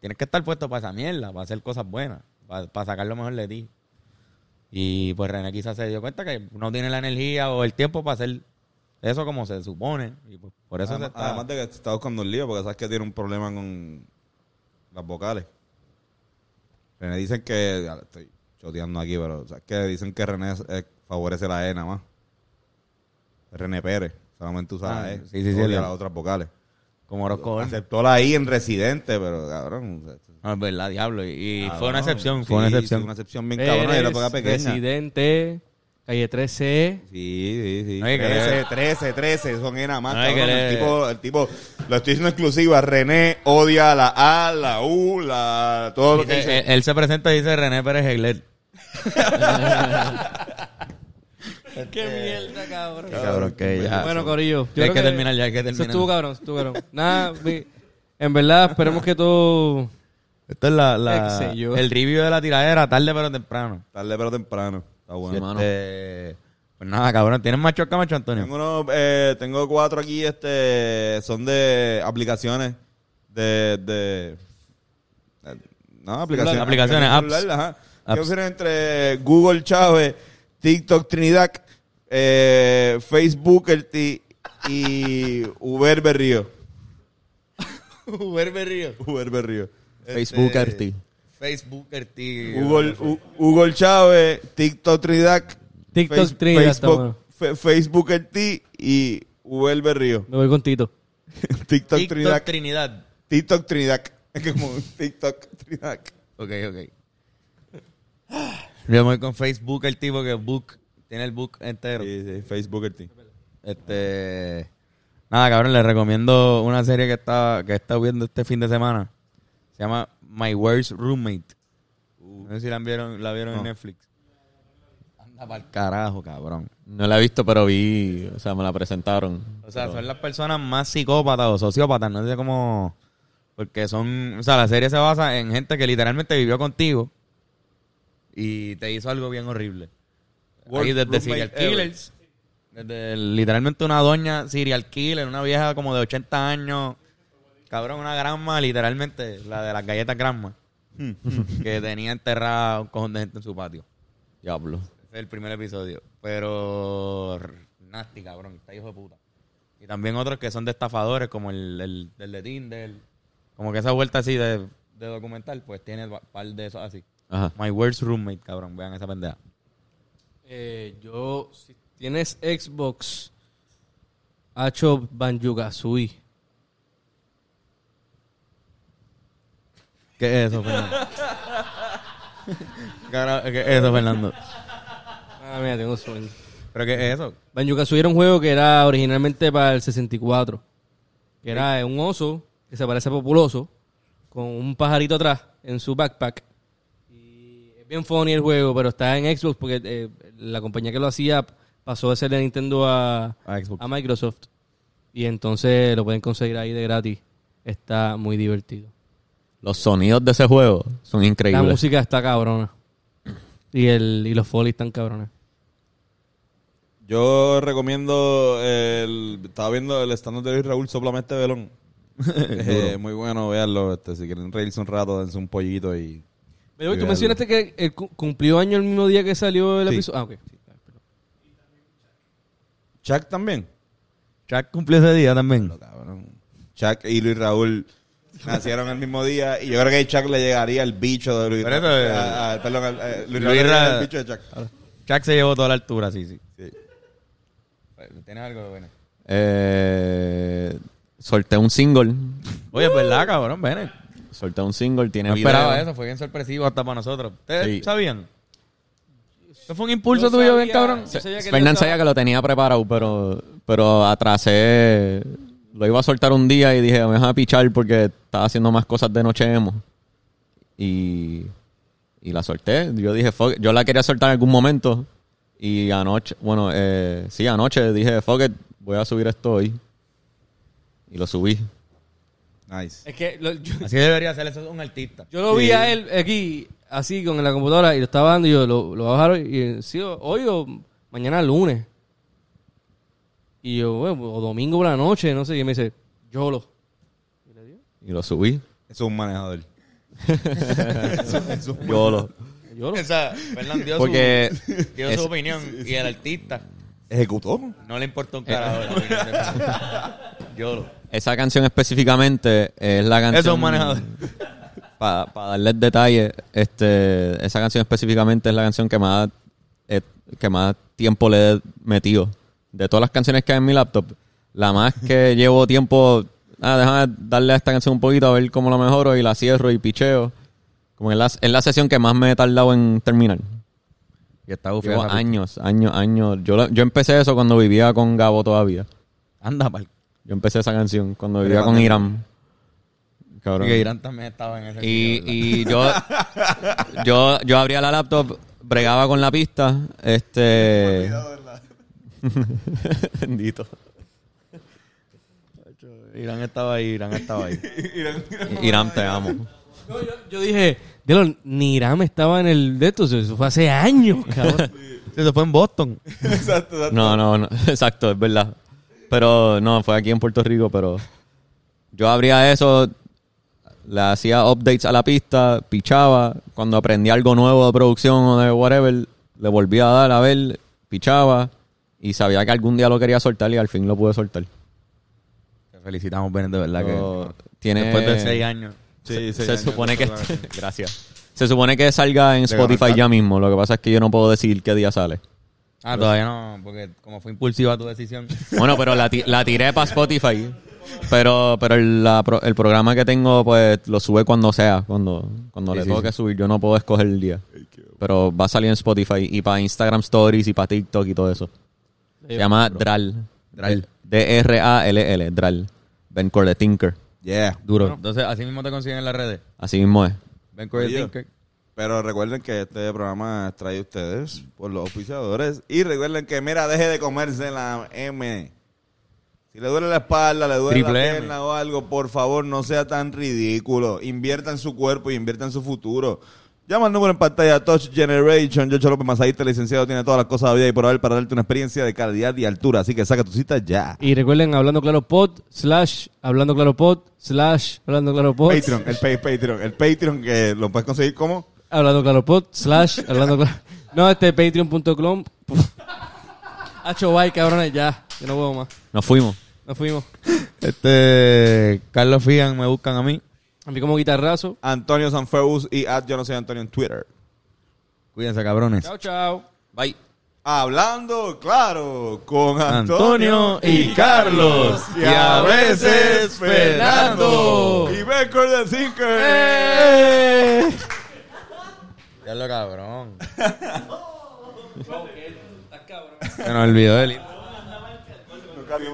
Tienes que estar puesto para esa mierda, para hacer cosas buenas, para, sacar lo mejor de ti. Y pues René quizás se dio cuenta que no tiene la energía o el tiempo para hacer eso como se supone. Y pues por eso se Además, está... además de que te está buscando un lío, porque sabes que tiene un problema con las vocales. René dicen que. ya, Estoy choteando aquí, pero sabes que dicen que René eh, favorece la E nada más. René Pérez, solamente usa Ah, la E. sí, sí, sí, odia el- las otras vocales. como Orozco Orne. Aceptó la I en residente, pero cabrón. o sea, No, es verdad, Ah, pues, diablo. Y, y fue cabrón. una excepción, Ah, Sí, fue una sí, excepción. una excepción bien cabrona y era Pérez, porque era pequeña. Residente. Calle 13. Sí, sí, sí. No hay que 13, leer. 13, 13, son nada más. No hay que cabrón. el, leer. tipo, el tipo, lo estoy diciendo exclusiva. René odia la A, la U, la. Todo lo que Dice- dice. Eh, él, él se presenta y dice René Pérez Hegler. ¡Qué mierda, Este, cabrón! Cabrón, que ya. Bueno, Corillo. yo hay creo que, terminar ya, hay que Eso terminar. estuvo cabrón, eso estuvo cabrón. Nada, [LAUGHS] vi- en verdad, esperemos que todo... Esto es la, la- Qué sé yo. el review de la tiradera, tarde pero temprano. Tarde pero temprano. Está bueno. Sí, mano. Este, pues nada, cabrón. ¿Tienes más chorca, macho Antonio? Tengo, unos, eh, tengo cuatro aquí, este, son de aplicaciones de... de eh, no, aplicaciones. Aplicaciones, apps. celulares, ajá. Apps. ¿Qué opinan entre Google Chávez, TikTok Trinidad, eh, Facebook el ti- y Uber Berrío? [LAUGHS] Uber Berrío. Uber Berrío. Este Facebook RT. Facebook, Erti. Google, U- Google Chávez, TikTok Trinidad, TikTok Face- Trinidad, está Facebook, bueno. Fe- Facebook el ti y Uber Berrío. [LAUGHS] Me voy con Tito. TikTok, TikTok Trinidad. Trinidad. TikTok Trinidad. [LAUGHS] Es que como TikTok Trinidad. Ok, ok. [GASPS] Yo me voy con Facebook, el tipo que book, tiene el book entero. Sí, sí, Facebook el ti. Este. Nada, cabrón, les recomiendo una serie que está, que está viendo este fin de semana. Se llama My Worst Roommate. No sé si la vieron, la vieron en Netflix. Anda pa'l carajo, cabrón. No la he visto, pero vi, o sea, me la presentaron. O sea, Pero- son las personas más psicópatas o sociópatas, no sé cómo. Porque son. O sea, la serie se basa en gente que literalmente vivió contigo y te hizo algo bien horrible. Worst Ahí desde roommate serial ever. killers. Desde literalmente una doña serial killer, una vieja como de 80 años. Cabrón, una granma, literalmente, la de las galletas granma. Hmm. que tenía enterrada un cojón de gente en su patio. Diablo. Ese es el primer episodio. Pero. r- Nasty, cabrón. Está hijo de puta. Y también otros que son de estafadores, como el, el, el de Tinder. Como que esa vuelta así de, de documental, pues tiene un par de esos así. Ajá. My worst roommate, cabrón. Vean esa pendeja. Eh, yo, si tienes Xbox, Hacho Banjugasui. ¿Qué es eso, [LAUGHS] Fernando? Cabrón, ¿Qué es eso, Fernando? Ah, mira, tengo sueño. ¿Pero qué es eso? Banjugasui era un juego que era originalmente para el 64. Que era eh, un oso que se parece a Populoso con un pajarito atrás en su backpack. Y es bien funny el juego, pero está en Xbox porque eh, la compañía que lo hacía pasó de ser de Nintendo a, A Xbox. a Microsoft. Y entonces lo pueden conseguir ahí de gratis. Está muy divertido. Los sonidos de ese juego son La increíbles. música está cabrona. Y, el, y los folies están cabrones. Yo recomiendo el, estaba viendo el stand de Luis Raúl Soplamente [LAUGHS] Velón. Eh, muy bueno, véanlo. Este, si quieren reírse un rato, dense un pollito y. Pero, y tú véanlo. mencionaste que eh, cu- cumplió año el mismo día que salió el Sí. episodio. Ah, ok. Chuck también. Chuck cumplió ese día también. Cabrón. Chuck y Luis Raúl nacieron el mismo día y yo creo que a Chuck le llegaría el bicho de Luis Pero eso Raúl. es- Ah, ah, perdón, al- eh, Luis Luis Raúl le llega Ra- el bicho de Chuck. Chuck se llevó toda la altura, sí, sí. Sí. Tienes algo bueno. Eh, solté un single. Oye, es verdad, cabrón, ven. Solté un single, tiene No video. esperaba eso, fue bien sorpresivo hasta para nosotros. ¿Ustedes Sí. sabían? Eso fue un impulso tuyo, bien cabrón. Fernan sabía que lo tenía preparado, pero, pero atrasé. Lo iba a soltar un día y dije, me vas a pichar porque estaba haciendo más cosas de noche emo. Y, y la solté. Yo dije, fuck, it. yo la quería soltar en algún momento. Y anoche, bueno, eh, sí, anoche dije, fuck it, voy a subir esto hoy. Y lo subí. Nice. Es que lo- yo, Así debería ser eso es un artista. yo lo vi a él aquí, así, con la computadora, y lo estaba dando, y yo, lo, lo voy a bajar hoy, y, eh, sí, hoy o mañana lunes. Y yo, bueno, pues, o domingo por la noche, no sé, y me dice, YOLO. Y lo subí. Es un [LAUGHS] manejador. [LAUGHS] Yo lo. YOLO. [LAUGHS] O sea, Fernán dio, Porque [LAUGHS] su, dio es- su opinión y el artista Ejecutó. no le importó un carajo. la opinión de [LAUGHS] Fernán. yo lo. Esa canción específicamente es la canción. Eso es un manejador. Para darles detalles, este, esa canción específicamente es la canción que más, eh, que más tiempo le he metido. De todas las canciones que hay en mi laptop, la más que llevo tiempo. Ah, déjame darle a esta canción un poquito a ver cómo la mejoro y la cierro y picheo. Como es la, es la sesión que más me he tardado en terminar. Y está bufia Llevo esa picha. años, años, años. Yo, la- yo empecé eso cuando vivía con Gabo todavía. Anda, pal. Yo empecé esa canción cuando vivía con Irán. Cabrón. Que Irán también estaba en ese Y, y yo, [LAUGHS] yo, yo abría la laptop, bregaba con la pista, este... [LAUGHS] Bendito. Irán estaba ahí, Irán estaba ahí. Irán, te amo. No, yo, yo dije, Dilo, ni Irán estaba en el de estos, eso fue hace años, cabrón. Se fue en Boston. Exacto, exacto. No, no, [LAUGHS] no, exacto, es verdad. Pero no, fue aquí en Puerto Rico, pero yo abría eso, le hacía updates a la pista, pichaba, cuando aprendí algo nuevo de producción o de whatever, le volvía a dar a ver, pichaba y sabía que algún día lo quería soltar y al fin lo pude soltar. Te felicitamos, Ben, de verdad Pero que. tiene- Después de seis años. Sí, se sí, ya, supone ya, [LAUGHS] que ya, ya, ya. [LAUGHS] gracias. Se supone que salga en Spotify garantía. ya mismo, lo que pasa es que yo no puedo decidir qué día sale. Ah, todavía no, porque como fue impulsiva tu decisión. Bueno, pero la, ti- la tiré para Spotify. Pero, pero el, la pro- el programa que tengo, pues lo sube cuando sea, cuando, cuando le toque subir. Yo no puedo escoger el día. Pero va a salir en Spotify y para Instagram Stories y para TikTok y todo eso. Se llama Dral. Dral. D-R-A-L-L, Dral. Ben Corlett Tinker. Yeah. Duro. Entonces, así mismo te consiguen en las redes. Así mismo es. Ben Corey Oye. Tinker. Pero recuerden que este programa es traído a ustedes por los auspiciadores. Y recuerden que, mira, deje de comerse la M. Si le duele la espalda, le duele Triple la M. pierna o algo, por favor, no sea tan ridículo. Invierta en su cuerpo y invierta en su futuro. Llama al número en pantalla Touch Generation. Yocho López Masajista, licenciado, tiene todas las cosas vida y por haber para darte una experiencia de calidad y altura. Así que saca tu cita ya. Y recuerden, hablando claro pod, slash, hablando claro pod, slash, hablando claro pod, Patreon, el pa- Patreon, el Patreon que lo puedes conseguir como hablando claro pod, slash, hablando claro. [LAUGHS] No, este patreon.com. [LAUGHS] Hacho, bye, cabrones, ya. Yo no puedo más. Nos fuimos. Nos fuimos. Este. Carlos Figan me buscan a mí. A mí como guitarrazo. Antonio Sanfeus y at yo no soy Antonio en Twitter. Cuídense, cabrones. Chao, chao. Bye. Hablando, claro, con Antonio, Antonio y Carlos. Y a veces Fernando. Y Becker de Zinker. ¡Eh! [LAUGHS] Ya lo cabrón. Se nos olvidó el intro.